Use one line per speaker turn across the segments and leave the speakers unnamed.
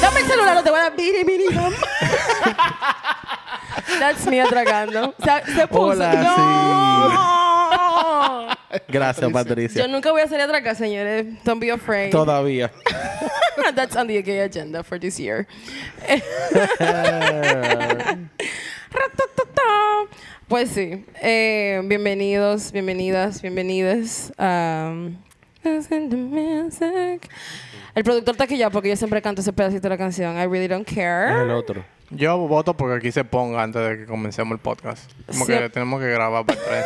Dame el celular, no te voy a mini, mini, mom. That's me atragando. O sea, se puso.
Hola,
¡No!
Gracias,
Yo
Patricia.
nunca voy a salir a atracar, señores. Don't be afraid.
Todavía.
That's on the gay agenda for this year. Ratatata. pues sí. Eh, bienvenidos, bienvenidas, bienvenidas. a um, Listen to music. El productor está aquí ya porque yo siempre canto ese pedacito de la canción. I really don't care.
otro.
Yo voto porque aquí se ponga antes de que comencemos el podcast. Como que
Sí.
tenemos que grabar para entrar en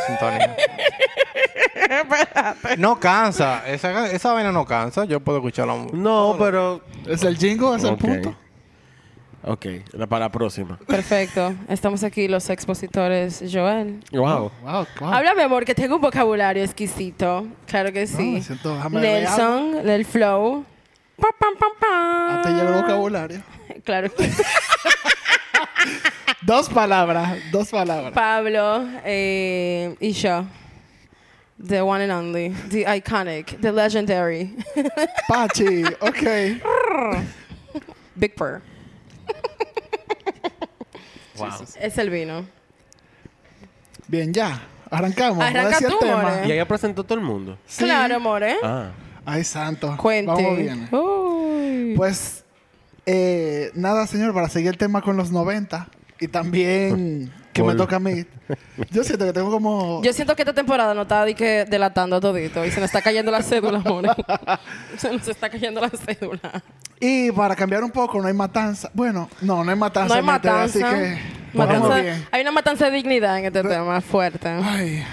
sintonía. no cansa. Esa, esa vaina no cansa. Yo puedo escucharla.
No, pero.
¿Es el jingo? ¿Es el punto?
Ok, la- para la próxima.
Perfecto. Estamos aquí los expositores. Joel.
Wow.
Wow, wow.
Háblame, amor, que tengo un vocabulario exquisito. Claro que sí.
Ah, me siento- déjame beber
Nelson, del flow. Pa, pam, pam, pam.
Antes llegó Ah, el vocabulario.
Claro que sí.
Dos palabras, dos palabras.
Pablo eh, y yo. The one and only. The iconic. The legendary.
Pachi, ok.
Big Purr. Es el vino.
Bien, ya. Arrancamos.
Arranca
¿Cuál es el
tú, More.
Y ella presentó todo el mundo.
Sí.
Claro, amor, ¿eh?
Ah.
Ay, santo.
Cuente.
Vamos bien.
Uy.
Pues, eh, nada, señor, para seguir el tema con los 90 y también que me
Vol-
toca a mí. Yo siento que tengo como...
Yo siento que esta temporada no está de que delatando a todito y se nos está cayendo la cédula, amor. se nos está cayendo la cédula.
Y para cambiar un poco, no hay matanza. Bueno, no, no hay matanza.
No hay
en mi tele,
matanza.
Ah, Así que...
Matanza-
vamos bien.
Hay una matanza de dignidad en este tema fuerte.
Ay,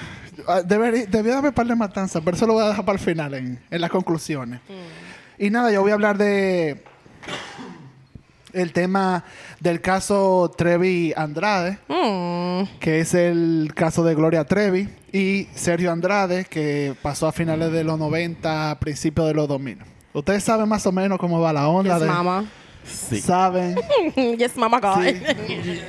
ah, deberí- debí darme par de matanzas, pero eso lo voy a dejar para el final, en, en las conclusiones. Y nada, yo voy a hablar de el tema del caso Trevi Andrade,
Mm.
que es el caso de Gloria Trevi, y Sergio Andrade, que pasó a finales de los 90, a principios de los 2000. Ustedes saben más o menos cómo va la onda
Yes,
de...
mama.
Sí.
Saben,
yes, mama God.
Sí.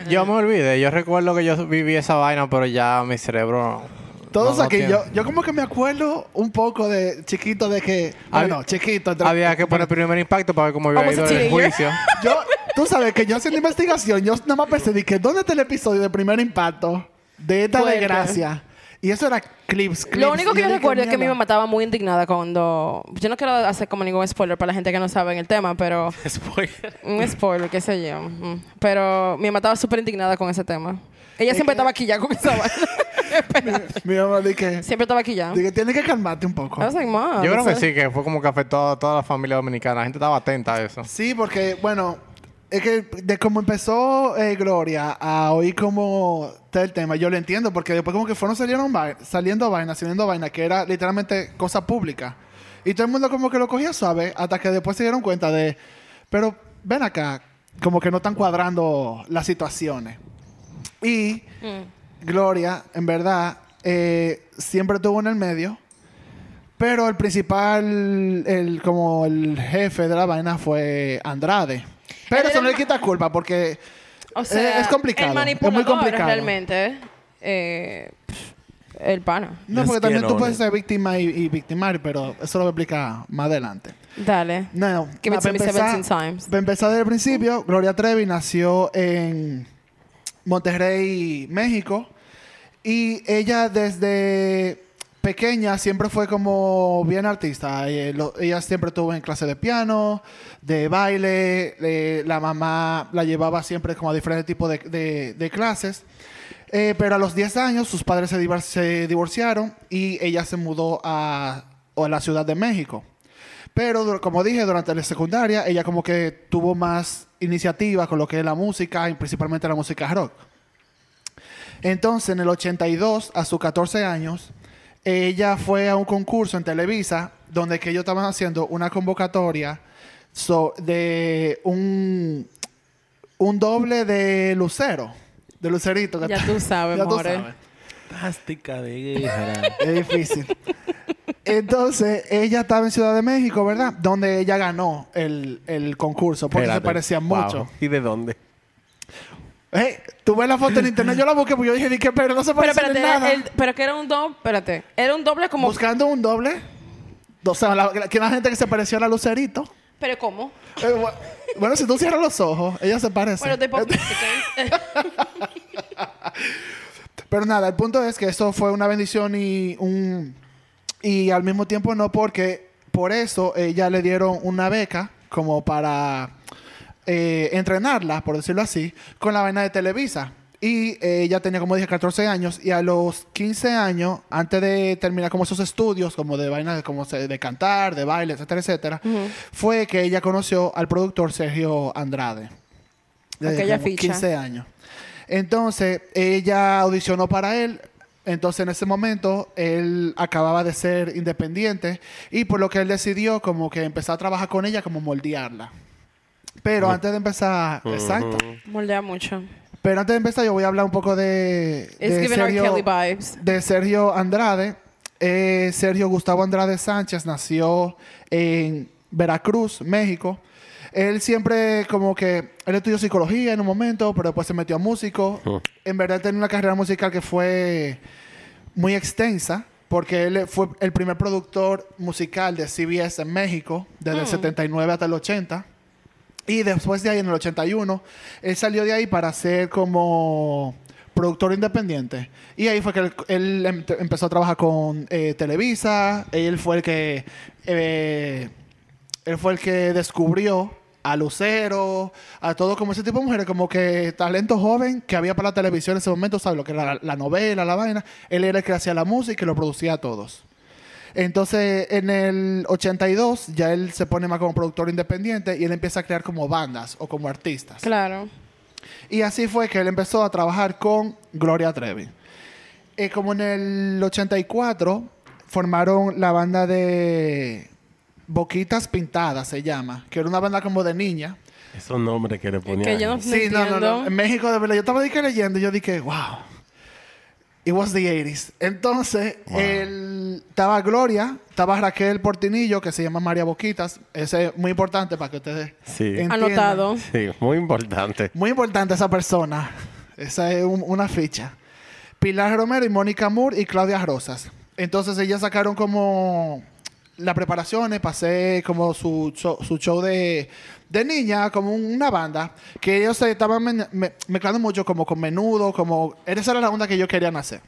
Yo me olvidé. Yo recuerdo que yo viví esa vaina, pero ya mi cerebro. no-
todos
no
aquí,
tiene.
yo, yo como que me acuerdo un poco de chiquito de que,
Había-
bueno, chiquito, entre-
Había que poner primer impacto para ver cómo había
Vamos a
ido el
seguir.
juicio.
Yo, tú sabes que yo haciendo investigación, yo nada más pensé, dije, ¿dónde está el episodio de primer impacto de esta
Fuerte.
desgracia? Y eso era clips, clips.
Lo único
Y
que yo
dije,
recuerdo es que mi
"Mierda".
mamá estaba muy indignada cuando... Yo no quiero hacer como ningún spoiler para la gente que no sabe en el tema, pero...
Spoiler.
Un spoiler, qué sé yo. Mm. Pero mi mamá estaba súper indignada con ese tema. Ella siempre estaba aquí ya con esa vaina. Espera.
Mi mamá dije,
siempre estaba aquí ya. I
dije, tienes que calmarte un poco.
was like, "Ma,
Yo creo que
eso-
sí, que fue como que afectó a toda la familia dominicana. La gente estaba atenta a eso.
Sí, porque, bueno, es que de cómo empezó eh, Gloria a oír cómo está el tema, yo lo entiendo, porque después como que fueron salieron vai- saliendo vainas, saliendo vainas, que era literalmente cosa pública. Y todo el mundo como que lo cogía suave, hasta que después se dieron cuenta de, pero ven acá, como que no están cuadrando las situaciones. Y Gloria, en verdad, eh, siempre estuvo en el medio. Pero el principal, el, como el jefe de la vaina fue Andrade. Pero
Él
eso no
era
le quita culpa porque
O sea,
es complicado,
el
es muy
manipulador
complicado.
realmente. eh, pff, el pana.
no
Yes,
porque también
get
tú
on
puedes
it.
ser víctima y, y victimario, pero eso lo voy a explicar más adelante.
Dale.
No, no.
Give it to
para
me
empezar-
17 times.
Para empezar desde el principio, Gloria Trevi nació en Monterrey, México. Y ella desde pequeña siempre fue como bien artista. Eh, lo- Ella siempre estuvo en clase de piano, de baile. eh, la mamá la llevaba siempre como a diferentes tipos de, de- de clases. Eh, pero a los 10 años sus padres se, divar- se divorciaron y ella se mudó a, a la Ciudad de México. Pero dur- como dije, durante la secundaria ella como que tuvo más iniciativa con lo que es la música y principalmente la música rock. Entonces, en el 82, a sus 14 años, ella fue a un concurso en Televisa donde que ellos estaban haciendo una convocatoria so- de un, un doble de Lucero, de Lucerito. que
Ya
está-
tú sabes,
ya tú
more.
sabes.
Fantástica de guerra.
Es difícil. Entonces, ella estaba en Ciudad de México, ¿verdad? Donde ella ganó el, el concurso porque se
Espérate.
parecían
Wow.
mucho.
¿Y de dónde?
Eh, tú ves la foto en internet, yo la busqué porque yo dije, "Di que pero no se
Pero
parece
espérate,
nada.
era el- pero que era un doble, espérate, era un doble como...
Buscando un doble. O sea, la, la- que la gente que se pareció a la Lucerito.
Pero ¿cómo?
Eh, bu- bueno, si tú cierras los ojos, ella se parece.
Bueno, te
Pero nada, el punto es que esto fue una bendición y un y al mismo tiempo no porque por eso ella le dieron una beca como para eh, entrenarla, por decirlo así, con la vaina de Televisa. Y eh, ella tenía, como dije, 14 años. Y a los 15 años, antes de terminar como esos estudios, como de vainas de, como se- de cantar, de baile, etcétera, etcétera, fue que ella conoció al productor Sergio Andrade. Desde
Aquella
como
ficha.
15 años. Entonces, ella audicionó para él. Entonces, en ese momento, él acababa de ser independiente. Y por lo que él decidió, como que empezar a trabajar con ella, como moldearla. Pero antes de empezar, exacto.
Moldea mucho.
Pero antes de empezar, yo voy a hablar un poco de,
It's
de,
giving R. Kelly
Sergio,
vibes.
de Sergio Andrade. Eh, Sergio Gustavo Andrade Sánchez nació en Veracruz, México. Él siempre como que, él estudió psicología en un momento, pero después se metió a músico.
Ujú.
En verdad tenía una carrera musical que fue muy extensa, porque él fue el primer productor musical de CBS en México, desde
Hmm.
el 79 hasta el 80. Y después de ahí, en el 81, él salió de ahí para ser como productor independiente. Y ahí fue que él, él em- empezó a trabajar con eh, Televisa. Él fue el que... eh, él fue el que descubrió a Lucero, a todo como ese tipo de mujeres, como que talento joven que había para la televisión en ese momento, ¿sabes? Lo que era la, la novela, la vaina. Él era el que hacía la música y lo producía a todos. Entonces, en el 82, ya él se pone más como productor independiente y él empieza a crear como bandas o como artistas.
Claro.
Y así fue que él empezó a trabajar con Gloria Trevi. Eh, como en el 84, formaron la banda de Boquitas Pintadas, se llama, que era una banda como de niña.
Esos nombres que le ponían.
Que yo no,
Sí, no, no, no. En
entiendo.
México, de verdad, yo estaba de que leyendo y yo dije, wow. It was the 80s. Entonces, él- estaba Gloria, estaba Raquel Portinillo, que se llama María Boquitas. Ese es muy importante para que ustedes
Sí.
entiendan.
Anotado.
Sí, muy importante.
Muy importante esa persona. Esa es un- una ficha. Pilar Romero y Mónica Moore y Claudia Rosas. Entonces ellas sacaron como las preparaciones, pasé como su, cho- su show de, de niña, como un- una banda, que ellos se estaban men- me- mezclando mucho como con menudo, como... Esa era la onda que ellos querían hacer.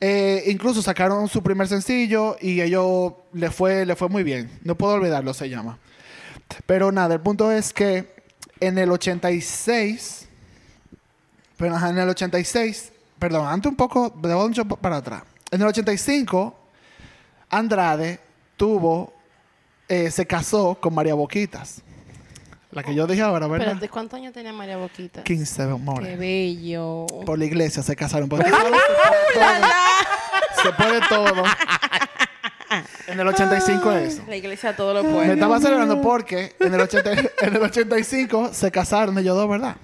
Eh, incluso sacaron su primer sencillo y ellos le fue, le fue muy bien. No puedo olvidarlo, se llama. Pero nada, el punto es que en el 86, pero ajá, en el 86, perdón, antes un poco, debo un chop para atrás. En el 85, Andrade tuvo, eh, se casó con María Boquitas. La que yo dije ahora, ¿verdad?
Espérate, ¿cuántos años tenía María Boquita?
15,
Qué
amores.
bello.
Por la iglesia se casaron. Porque todo se puede todo. Se puede todo. En el 85 es eso.
La iglesia todo lo
Me
puede.
estaba celebrando porque en el, 80 en el 85 se casaron ellos dos, ¿verdad?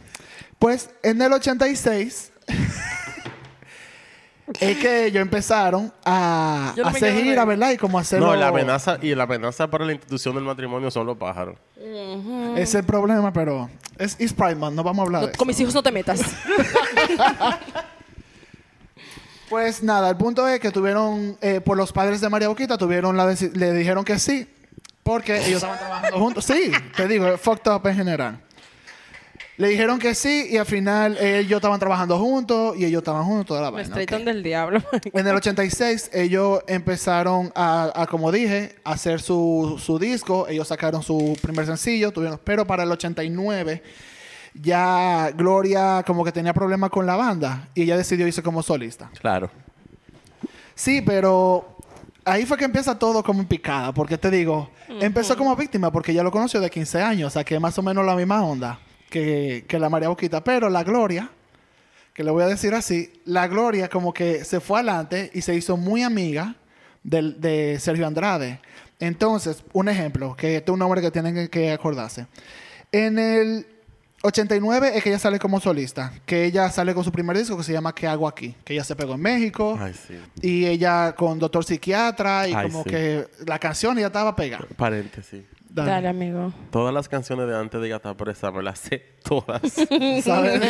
Pues en el 86 es que ellos empezaron a
Yo
a
no me
hacer
quedo
gira,
ahí.
¿verdad? Y como hacerlo...
No, la amenaza y la amenaza para la institución del matrimonio son los pájaros.
Ujú.
Es el problema, pero es East Pride Month, no vamos a hablar de
No,
eso.
Con mis hijos no te metas.
Pues nada, el punto es que tuvieron, eh, por los padres de María Boquita, tuvieron la deci- le dijeron que sí, porque ellos estaban trabajando juntos. Sí, te digo, es fucked up en general. Le dijeron que sí y al final ellos estaban trabajando juntos y ellos estaban juntos toda la
Me
vaina.
estreitan
ok.
del diablo.
En el 86 ellos empezaron a, a, como dije, a hacer su, su disco. Ellos sacaron su primer sencillo, tuvieron, pero para el 89 ya Gloria como que tenía problemas con la banda y ella decidió irse como solista.
Claro.
Sí, pero ahí fue que empieza todo como en picada, porque te digo, empezó como víctima porque ya lo conoció de 15 años, o sea que es más o menos la misma onda que, que la María Boquita, pero la Gloria, que le voy a decir así, la Gloria como que se fue adelante y se hizo muy amiga del- de Sergio Andrade. Entonces, un ejemplo, que este es un nombre que tienen que- que acordarse. En el 89 es que ella sale como solista, que ella sale con su primer disco que se llama ¿Qué hago aquí? Que ella se pegó en México
Ay, sí.
y ella con Doctor Psiquiatra y
Ay,
como
sí.
que la canción ya estaba pegada.
Paréntesis.
Dale,
Dale.
amigo.
Todas las canciones de antes de Gatar por esa me las sé todas.
¿Sabes?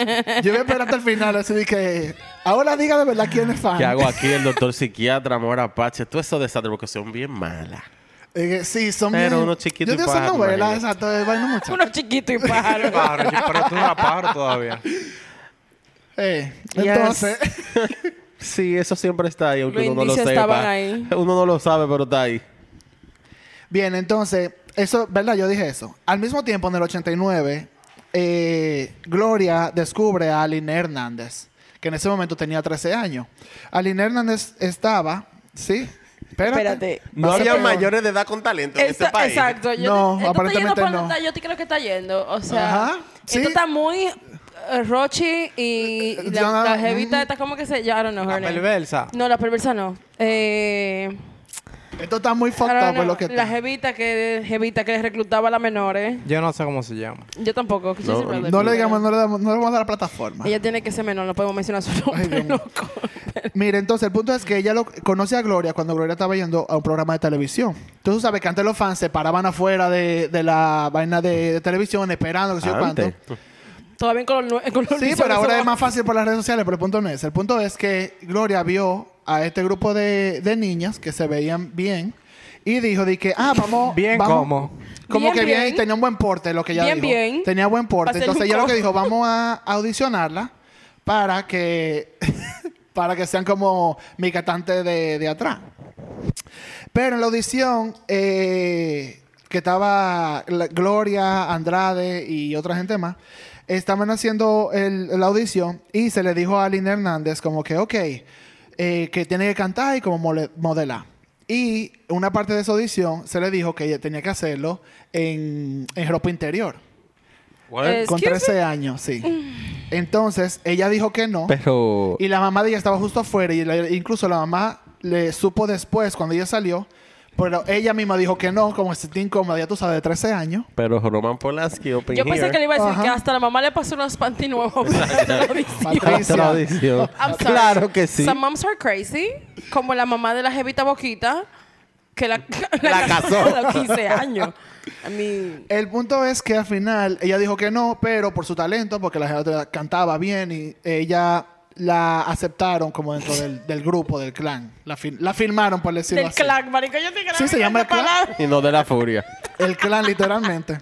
Yo voy a esperar hasta el final, así de que ahora diga de verdad quién es fan.
¿Qué hago aquí? El doctor psiquiatra, amor apache. Todo eso desastre porque son bien malas.
Eh, que sí, son
Pero
bien-
unos chiquitos
Yo digo,
y
son
pájaros,
novelas,
imagínate.
exacto, de vaina mucho.
Uno chiquito y pájaro.
Pájaro, yo- pero tú no eras pájaro todavía.
Eh,
Yes.
Entonces,
Sí, eso siempre está ahí, aunque
Los
uno no lo
indicios
sepa.
estaban ahí.
Uno no lo sabe, pero está ahí.
bien, entonces, eso, ¿verdad? Yo dije eso. Al mismo tiempo, en el 89, eh, Gloria descubre a Aline Hernández, que en ese momento tenía 13 años. Aline Hernández estaba, ¿sí, espérate.
Espérate.
No
Vas a
había
pegar.
mayores de edad con talento en
Esta-
este país.
Exacto. Yo esto está
No,
yendo
aparentemente
por
no.
donde Yo te creo que está yendo. O sea,
Ajá, sí.
esto está muy eh, Rochi y la,
Yo no-
la jevita
mm.
está como que se... Yo, I don't know her
La
name.
perversa.
No, la perversa no. Eh,
Esto está muy
I
fucked
don't
up, es
know,
lo que
la
está.
jevita que, jevita que reclutaba a las menores.
Yo no sé cómo se llama.
Yo tampoco. que yo
No,
siempre hablo de
No le
ella.
digamos, no le, damos, no le vamos a dar la plataforma.
Ella tiene que ser menor, no podemos mencionar su
Ay,
nombre,
Dios mío.
loco.
Mira, entonces el punto es que ella lo, conoce a Gloria cuando Gloria estaba yendo a un programa de televisión. Entonces, tú sabes que antes los fans se paraban afuera de, de la vaina de, de televisión esperando que sé yo cuánto.
Antes.
Todavía en color, nue- en color
Sí,
liso,
pero
no
ahora
se
es
va.
más fácil por las redes sociales, pero el punto no es. El punto es que Gloria vio a este grupo de, de niñas que se veían bien y dijo de que, ah, vamos.
Bien
vamos.
como.
Como
Bien,
que bien,
bien.
y tenía un buen porte, lo que ella
Bien,
dijo.
bien.
Tenía buen porte.
Para ser
Entonces
un
ella lo
co-
que dijo, vamos a audicionarla para que para que sean como mi catante de, de atrás. Pero en la audición, eh, que estaba la- Gloria, Andrade y otra gente más, estaban haciendo el- la audición y se le dijo a Aline Hernández como que, ok, eh, que tiene que cantar y como mole- modelar. Y una parte de esa audición se le dijo que ella tenía que hacerlo en, en ropa interior.
Eh,
Con
Excuse
13 años, sí. Entonces, ella dijo que no.
Pero.
Y la mamá de ella estaba justo afuera y la- incluso la mamá le supo después cuando ella salió, pero ella misma dijo que no, como se sentía incómoda, ya tú sabes, de 13 años.
Pero Roman Polanski, Open
Yo pensé
Here.
que le iba a decir
E. Ajá.
que hasta la mamá le pasó unos panty nuevos. durante la audición.
Patricia.
Otra audición.
I'm sorry.
Ah, Claro que sí.
Some moms are crazy, como la mamá de la jevita Boquita, que la,
La casó.
a los 15 años. I mean,
El punto es que al final ella dijo que no, pero por su talento, porque la gente cantaba bien y ella la aceptaron como dentro del, del grupo, del clan. La, fir- la firmaron, por decirlo
del
así.
clan, marico. Yo te
Sí, se llama el clan.
Y no de la furia.
El clan, literalmente.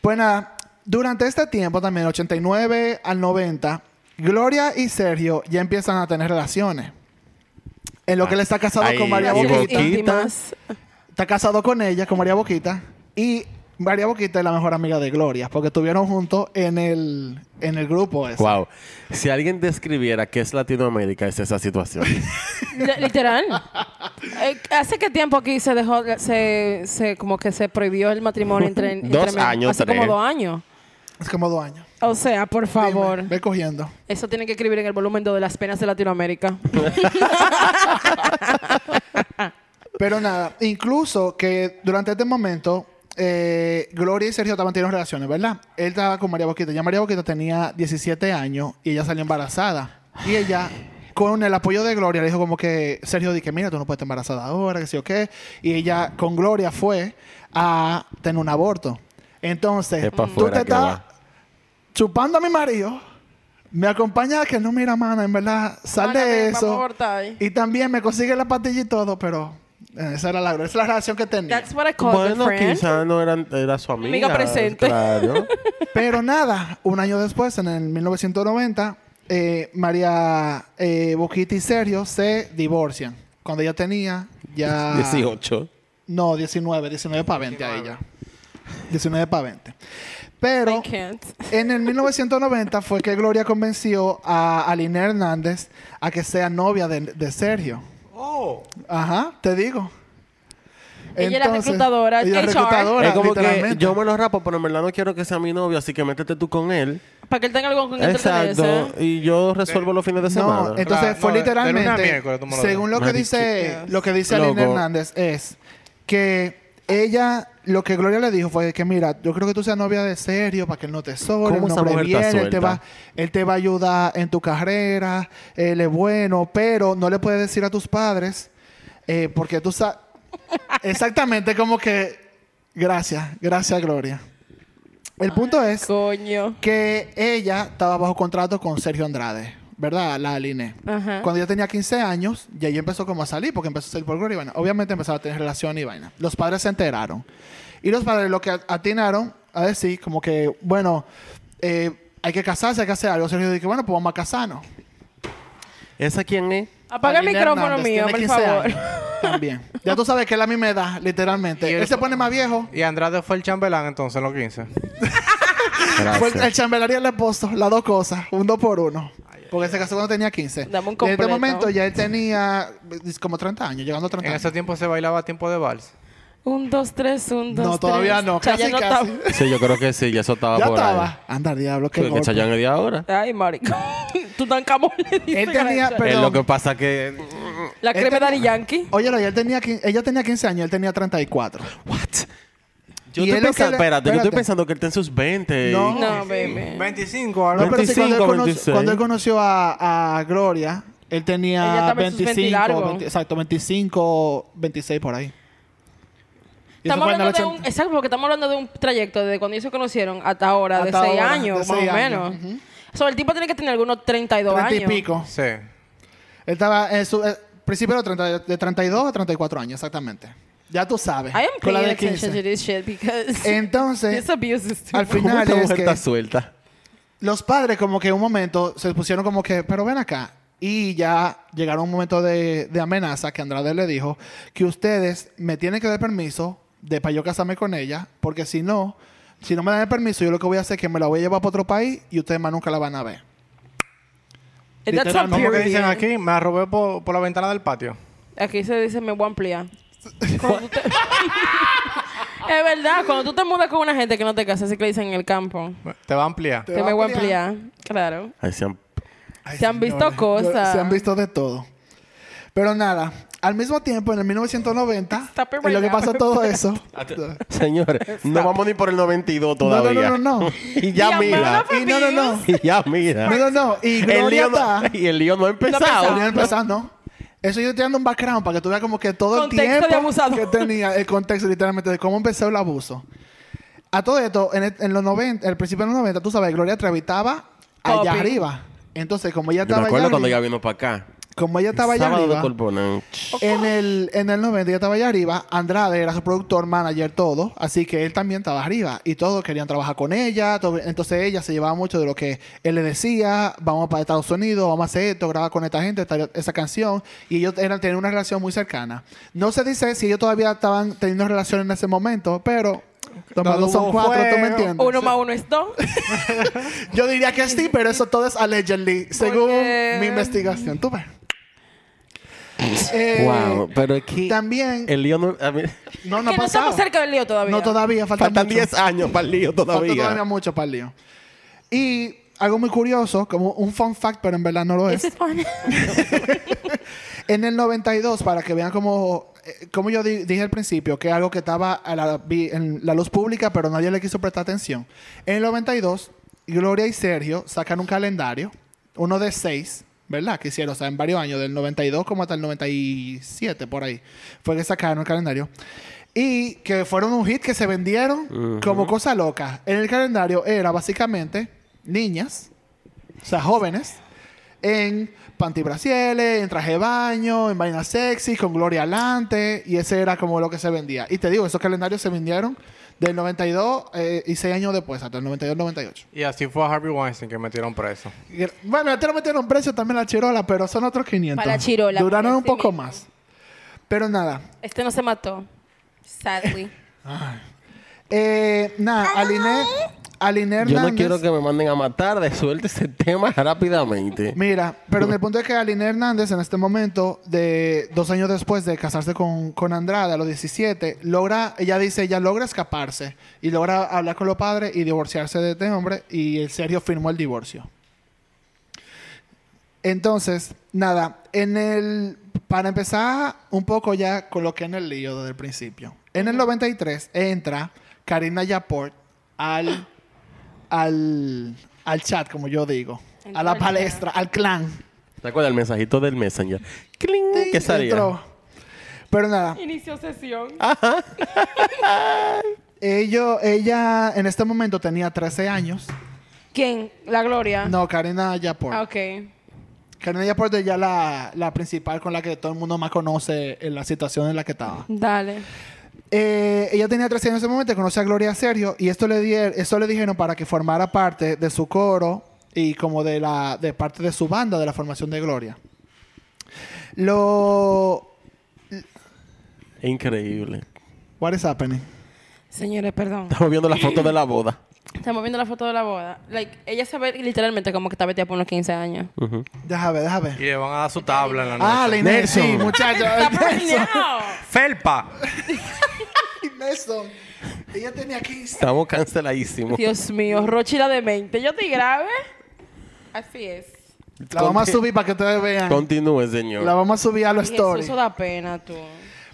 Pues nada, durante este tiempo también, 89 al 90, Gloria y Sergio ya empiezan a tener relaciones. En lo que él está casado
Ay,
con María
y
Boquita.
Boquita.
Íntimas.
Está casado con ella, con María Boquita. Y María Boquita es la mejor amiga de Gloria, porque estuvieron juntos en el, en el grupo ese.
Wow. Si alguien describiera qué es Latinoamérica, es esa situación.
Li- Literal. Eh, ¿Hace qué tiempo aquí se dejó, se, se- como que se prohibió el matrimonio entre... entre
Dos
men-
años,
Hace como
tres.
dos años.
Es como dos años.
O sea, por favor.
Dime, ve cogiendo.
Eso tienen que escribir en el volumen dos de las penas de Latinoamérica.
Pero nada, incluso que durante este momento, eh, Gloria y Sergio estaban teniendo relaciones, ¿verdad? Él estaba con María Boquita. Ya María Boquita tenía 17 años y ella salió embarazada. Y ella, con el apoyo de Gloria, le dijo como que, Sergio, dije, mira, tú no puedes estar embarazada ahora, que sí o qué. Y ella, con Gloria, fue a tener un aborto. Entonces,
Es pa'
tú
fuera
te
que
estás
va.
chupando a mi marido. Me acompaña que no, mira, mana, en verdad, sal
Mana,
de
ven,
eso.
vamos a abortar ahí.
Y también me consigue la pastilla y todo, pero eh, esa era la, esa es la relación que tenía.
That's what I call
bueno,
good friend.
quizás no eran, era su amiga.
Amiga presente.
Claro.
Pero nada, un año después, en el 1990, eh, María eh, Boquita y Sergio se divorcian. Cuando ella tenía ya...
18.
No, 19, 19 para 20 a ella. 19 para 20. Pero...
I can't.
En el 1990 fue que Gloria convenció a Aline Hernández a que sea novia de, de Sergio.
Oh.
Ajá, te digo.
Ella era reclutadora,
Ella
HR.
era reclutadora,
es como que
literalmente.
yo me lo rapo, pero en verdad no quiero que sea mi novio, así que métete tú con él.
Para que él tenga algo con que
Exacto.
entretenerse.
Y yo resuelvo los fines de semana.
No, entonces
Claro,
fue
no, de- de lunes a
literalmente,
miércoles, tú me lo
según lo que
Mari-
dice,
Yes.
lo que dice Aline
Loco.
Hernández es que ella, lo que Gloria le dijo fue que mira, yo creo que tú seas novia de serio para que él no te sobre,
¿Cómo
un
esa
hombre
mujer está
bien, él te,
suelta?
va, él te va a ayudar en tu carrera, él es bueno, pero no le puedes decir a tus padres eh, porque tú sabes exactamente como que gracias, gracias Gloria. El punto es
Coño.
que ella estaba bajo contrato con Sergio Andrade, ¿verdad? La Aline.
Ajá.
Cuando ella tenía 15 años, y ahí empezó como a salir, porque empezó a salir por Gloria y vaina. Obviamente empezaba a tener relación y vaina. Los padres se enteraron. Y los padres lo que atinaron a decir, como que, bueno, eh, hay que casarse, hay que hacer algo. Sergio dijo, bueno, pues vamos a casarnos.
¿Esa quién es?
Apaga el
Aline
micrófono
Hernández
mío,
tiene
por
15
favor.
años También. Ya tú sabes que es la misma edad, literalmente.
Y el-
Él se pone más viejo.
Y Andrade fue el chambelán entonces en los 15.
Fue el
Gracias.
chambelán y el esposo, las dos cosas, un dos por uno. Porque se casó cuando tenía 15.
Dame un
y en este
completo.
momento ya él tenía eh, como 30 años, llegando a 30
En
años.
ese tiempo se bailaba a tiempo de vals.
Un, dos, tres, un, dos,
No, todavía
tres.
no, casi,
Chayanne no
casi.
está-
Sí, yo creo que sí, ya eso estaba
Ya
por
estaba.
ahí.
Anda, diablo, qué
Porque
golpe.
Chayanne es de ahora.
Ay, marico. Tutankamón le dice
Él tenía-
que
pero-
era-
Es lo que pasa que...
La
él
crema de
tenía-
Daddy Yankee.
Oye, no, y él tenía, quin- ella tenía 15 años, él tenía 34.
Yo
Y
estoy
él lo que
pensando...
le-
Espérate, yo estoy
espérate.
pensando que él está en sus 20.
No.
y-
No, baby.
25,
No,
algo.
pero sí,
25,
cuando, él conoció-
26.
cuando él conoció a, a Gloria, él
Ella estaba
tenía
en sus
25,
20
20 exacto, 25, 26 por ahí. Y eso
Estamos
fue en el
hablando de
80
un, exacto, porque estamos hablando de un trayecto desde cuando ellos se conocieron hasta ahora,
Hasta
de seis
ahora,
años, más
de seis
o
años.
menos. So, el tipo tiene que tener algunos 32
30 y
años.
pico.
Sí.
Él estaba en su eh, principio de, 30 de 32 a 34 años, exactamente. Ya tú sabes.
I am
con la
paying
de
attention to
15.
this shit because
Entonces,
this abuse is too
al
much.
¿Cómo
final
esta
es
mujer
que
está suelta?
los padres como que en un momento se pusieron como que, pero ven acá. Y ya llegaron a un momento de, de amenaza que Andrade le dijo que ustedes me tienen que dar permiso de para yo casarme con ella, porque si no, si no me dan el permiso, yo lo que voy a hacer es que me la voy a llevar para otro país y ustedes más nunca la van a ver.
And that's
literal,
on
¿Cómo que
period.
dicen aquí? Me la robé por, por la ventana del patio.
Aquí se dice me voy a ampliar. Cuando tú te- es verdad, cuando tú te mudas con una gente que no te casa, así que le dicen en el campo.
Te va a ampliar.
Te me voy a ampliar. Claro.
Ahí se han-
Ay,
Se han visto cosas.
Se han visto de todo. Pero nada, al mismo tiempo, en el 1990,
Stop it
en
right
lo que
now.
pasó todo eso.
Señores, no vamos ni por el 92
no, no,
todavía.
no, no, no.
y ya
The
mira.
amount of
Y no, no, no.
Y ya mira.
No, no, no. Y
el
Gloria
lío
está.
no, y el lío no ha empezado.
Gloria empezó, ¿no? Eso yo estoy dando un background para que tú veas como que todo
Contexto de
el tiempo
abusado.
que tenía el contexto literalmente de cómo empezó el abuso. A todo esto, en, el- en los 90, el principio de los 90, tú sabes, Gloria Trevitaba allá
Poppy.
arriba. Entonces, como ella
Yo me
estaba allá
acuerdo cuando ella
arriba,
vino para acá.
como ella estaba allá
Sábado
arriba,
de Corponán.
En el, en el 90 yo estaba allá arriba, Andrade era su productor, manager, todo, así que él también estaba arriba y todos querían trabajar con ella, todo- entonces ella se llevaba mucho de lo que él le decía, vamos para Estados Unidos, vamos a hacer esto, grabar con esta gente, esta- esa canción, y ellos eran, tenían una relación muy cercana. No se dice si ellos todavía estaban teniendo relación en ese momento, pero... Dos más
No
dos son
hubo
cuatro, ¿tú
fuego.
me entiendes?
Uno más uno es dos.
Yo diría que sí, pero eso todo es allegedly, según
Porque-
mi investigación. Tú ves. Eh,
wow, pero aquí
También...
el lío no. a mí-
No, no ha
que no
pasado.
estamos cerca del lío todavía.
No, todavía. Falta
faltan
mucho.
10 años para el lío
Falta
todavía.
todavía mucho para el lío. Y algo muy curioso, como un fun fact, pero en verdad no lo
This
es.
is fun.
En el 92, para que vean como, eh, como yo di- dije al principio, que algo que estaba a la, vi- en la luz pública, pero nadie le quiso prestar atención. En el 92, Gloria y Sergio sacan un calendario, uno de seis, ¿verdad? Que hicieron, o sea, en varios años, del 92 como hasta el 97, por ahí, fue que sacaron el calendario. Y que fueron un hit que se vendieron como cosa loca. En el calendario era básicamente niñas, o sea, jóvenes, en pantibrasieles, en traje de baño, en vaina sexy, con gloria alante, y ese era como lo que se vendía. Y te digo, esos calendarios se vendieron del 92 eh, y seis años después, hasta el 92-98.
Y así fue a Harvey Weinstein que metieron preso.
Bueno, ya te lo metieron precio también la chirola, pero son otros 500.
Para la chirola,
Duraron
por
un poco
encima.
más. Pero nada,
Este no se mató. Sadly.
Eh, nada, Aline, Aline
Yo
Hernández.
no quiero que me manden a matar, de suelte ese tema rápidamente.
Mira, pero en el punto es que Aline Hernández en este momento, de dos años después de casarse con, con Andrade a los 17, logra, ella dice, ella logra escaparse y logra hablar con los padres y divorciarse de este hombre y el Sergio firmó el divorcio. Entonces, nada, en el para empezar un poco ya con lo que en el lío desde el principio. En el 93 entra Karina Yaport al, al, al chat, como yo digo,
Entró
a la
al clan.
palestra, al clan.
¿Te acuerdas el mensajito del Messenger? ¡Cling!
Sí,
que salía.
entró. Pero nada,
Inició sesión.
Ah. ello, ella en este momento tenía 13 años.
¿Quién? La Gloria.
No, Karina Yaport.
Ah, ok.
Karina Yaport es ya la, la principal con la que todo el mundo más conoce en la situación en la que estaba.
Dale.
Eh, ella tenía 13 años en ese momento, conoce a Gloria Serio y esto le, dier- esto le dijeron para que formara parte de su coro y como de, la, de parte de su banda, de la formación de Gloria. Lo...
Increíble.
What is happening?
Señores, perdón.
Estamos viendo la foto de la boda.
Estamos viendo la foto de la boda. Like, ella se ve literalmente como que está vestida por unos 15 años.
Ujú.
Déjame ver, déjame
Y
ver.
le van a dar su tabla en la noche.
Ah, la Inés.
Nelson.
Sí, muchachos.
Está
Nelson.
preñado.
¡Felpa!
Nelson. Ella tenía 15.
Estamos canceladísimos.
Dios mío, Rochi la demente. Yo estoy grave. Así es.
La vamos a
Conti-
subir para que ustedes vean.
Continúe,
La
señor.
vamos a subir a los
Jesús,
stories.
eso da pena, tú.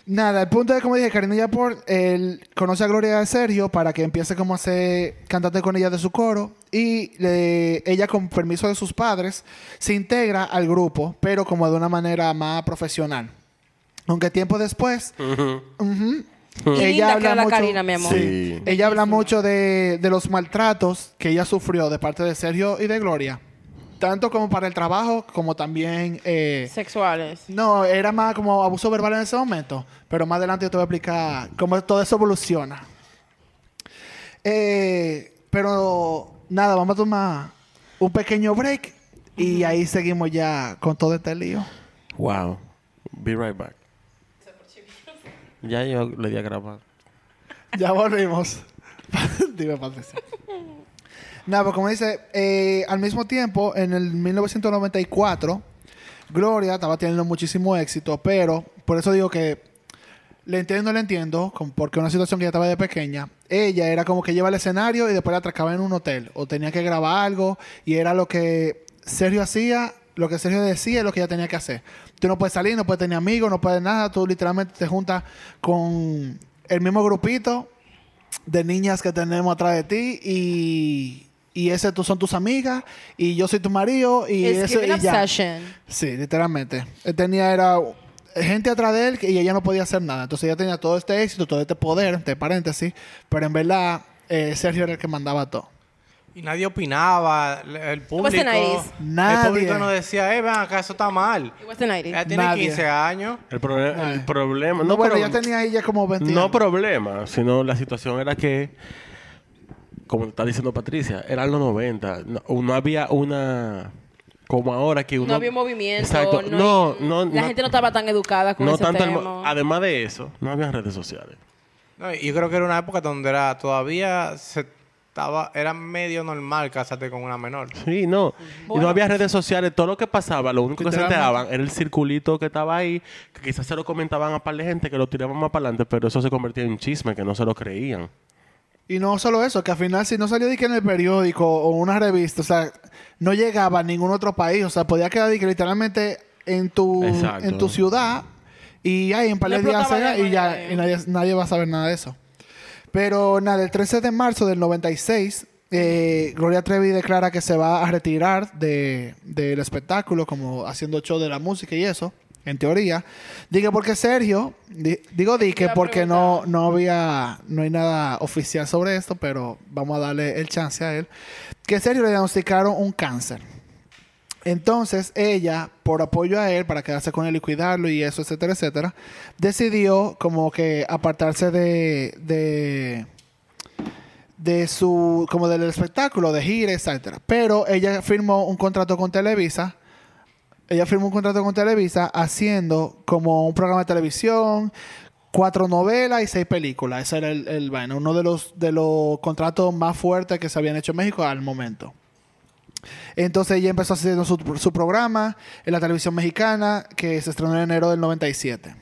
Nada, el punto es, como dije, Karina Yaport él conoce a Gloria de Sergio para que empiece como a ser cantante con ella de su coro y le- ella con permiso de sus padres se integra al grupo, pero como de una manera más profesional. Aunque tiempo después, ujú,
Qué linda que era la Karina, mi amor.
Sí.
Sí.
ella habla mucho de, de los maltratos que ella sufrió de parte de Sergio y de Gloria, tanto como para el trabajo como también... eh,
Sexuales.
no, era más como abuso verbal en ese momento. Pero más adelante yo te voy a explicar cómo todo eso evoluciona. Eh, pero nada, vamos a tomar un pequeño break y ahí seguimos ya con todo este lío.
Wow. Be right back. Ya yo le di a grabar.
Ya volvimos. Dime, Patricia. Nada, pues como dice, eh, al mismo tiempo, en el 1994, Gloria estaba teniendo muchísimo éxito, pero por eso digo que le entiendo, le entiendo, con- porque una situación que ya estaba de pequeña, ella era como que lleva al escenario y después la atracaba en un hotel, o tenía que grabar algo, y era lo que Sergio hacía, lo que Sergio decía, es lo que ella tenía que hacer. Tú no puedes salir, no puedes tener amigos, no puedes nada, tú literalmente te juntas con el mismo grupito de niñas que tenemos atrás de ti y, y ese tú son tus amigas y yo soy tu marido y
It's
eso
giving
y ya.
obsession.
Sí, literalmente. Él tenía era gente atrás de él que- y ella no podía hacer nada. Entonces ella tenía todo este éxito, todo este poder, entre paréntesis, pero en verdad eh, Sergio era el que mandaba todo.
Y nadie opinaba. el- El
was the
público.
90s.
Nadie.
El público nos decía, eh, ven acá, eso está mal.
It was the 90s.
Ella tiene
Nadie.
15 años.
El, proble- el
Ah.
problema.
No,
No,
bueno,
pero-
ya tenía ella como 20
No
años.
problema, sino la situación era que, como está diciendo Patricia, eran los 90. No, no había una. Como ahora que uno.
No había movimiento.
Exacto. No, no, no.
La gente no estaba tan educada con
no
ese
tanto el mo-
tema.
Además de eso, no había redes sociales.
No, y yo creo que era una época donde era todavía se estaba, era medio normal casarte con una menor.
Sí, no. Y
Bueno.
no había redes sociales. Todo lo que pasaba, lo único que se
Literalmente.
enteraban era el circulito que estaba ahí, que quizás se lo comentaban a par de gente que lo tiraban más para adelante, pero eso se convertía en chisme, que no se lo creían.
Y no solo eso, que al final si no salió de que en el periódico o una revista, o sea, no llegaba a ningún otro país, o sea, podía quedar de que literalmente en tu,
Exacto.
en tu ciudad y ahí en par de
No
días
explotaba
salga
de
y ya
manera,
y
eh.
nadie, nadie va a saber nada de eso. Pero nada, el 13 de marzo del 96, eh, Gloria Trevi declara que se va a retirar de- del espectáculo, como haciendo show de la música y eso, en teoría. Digo porque Sergio, di- digo di que
Iba a
porque
preguntar.
no, no había, no hay nada oficial sobre esto, pero vamos a darle el chance a él. Que Sergio le diagnosticaron un cáncer. Entonces ella, por apoyo a él, para quedarse con él y cuidarlo y eso, etcétera, etcétera, decidió como que apartarse de, de, de su, como del espectáculo, de gira, etcétera. Pero ella firmó un contrato con Televisa. Ella firmó un contrato con Televisa haciendo como un programa de televisión, cuatro novelas y seis películas. Ese era el, el vaina, uno de los, de los contratos más fuertes que se habían hecho en México al momento. Entonces ella empezó haciendo su, su programa en la televisión mexicana que se estrenó en enero del 97.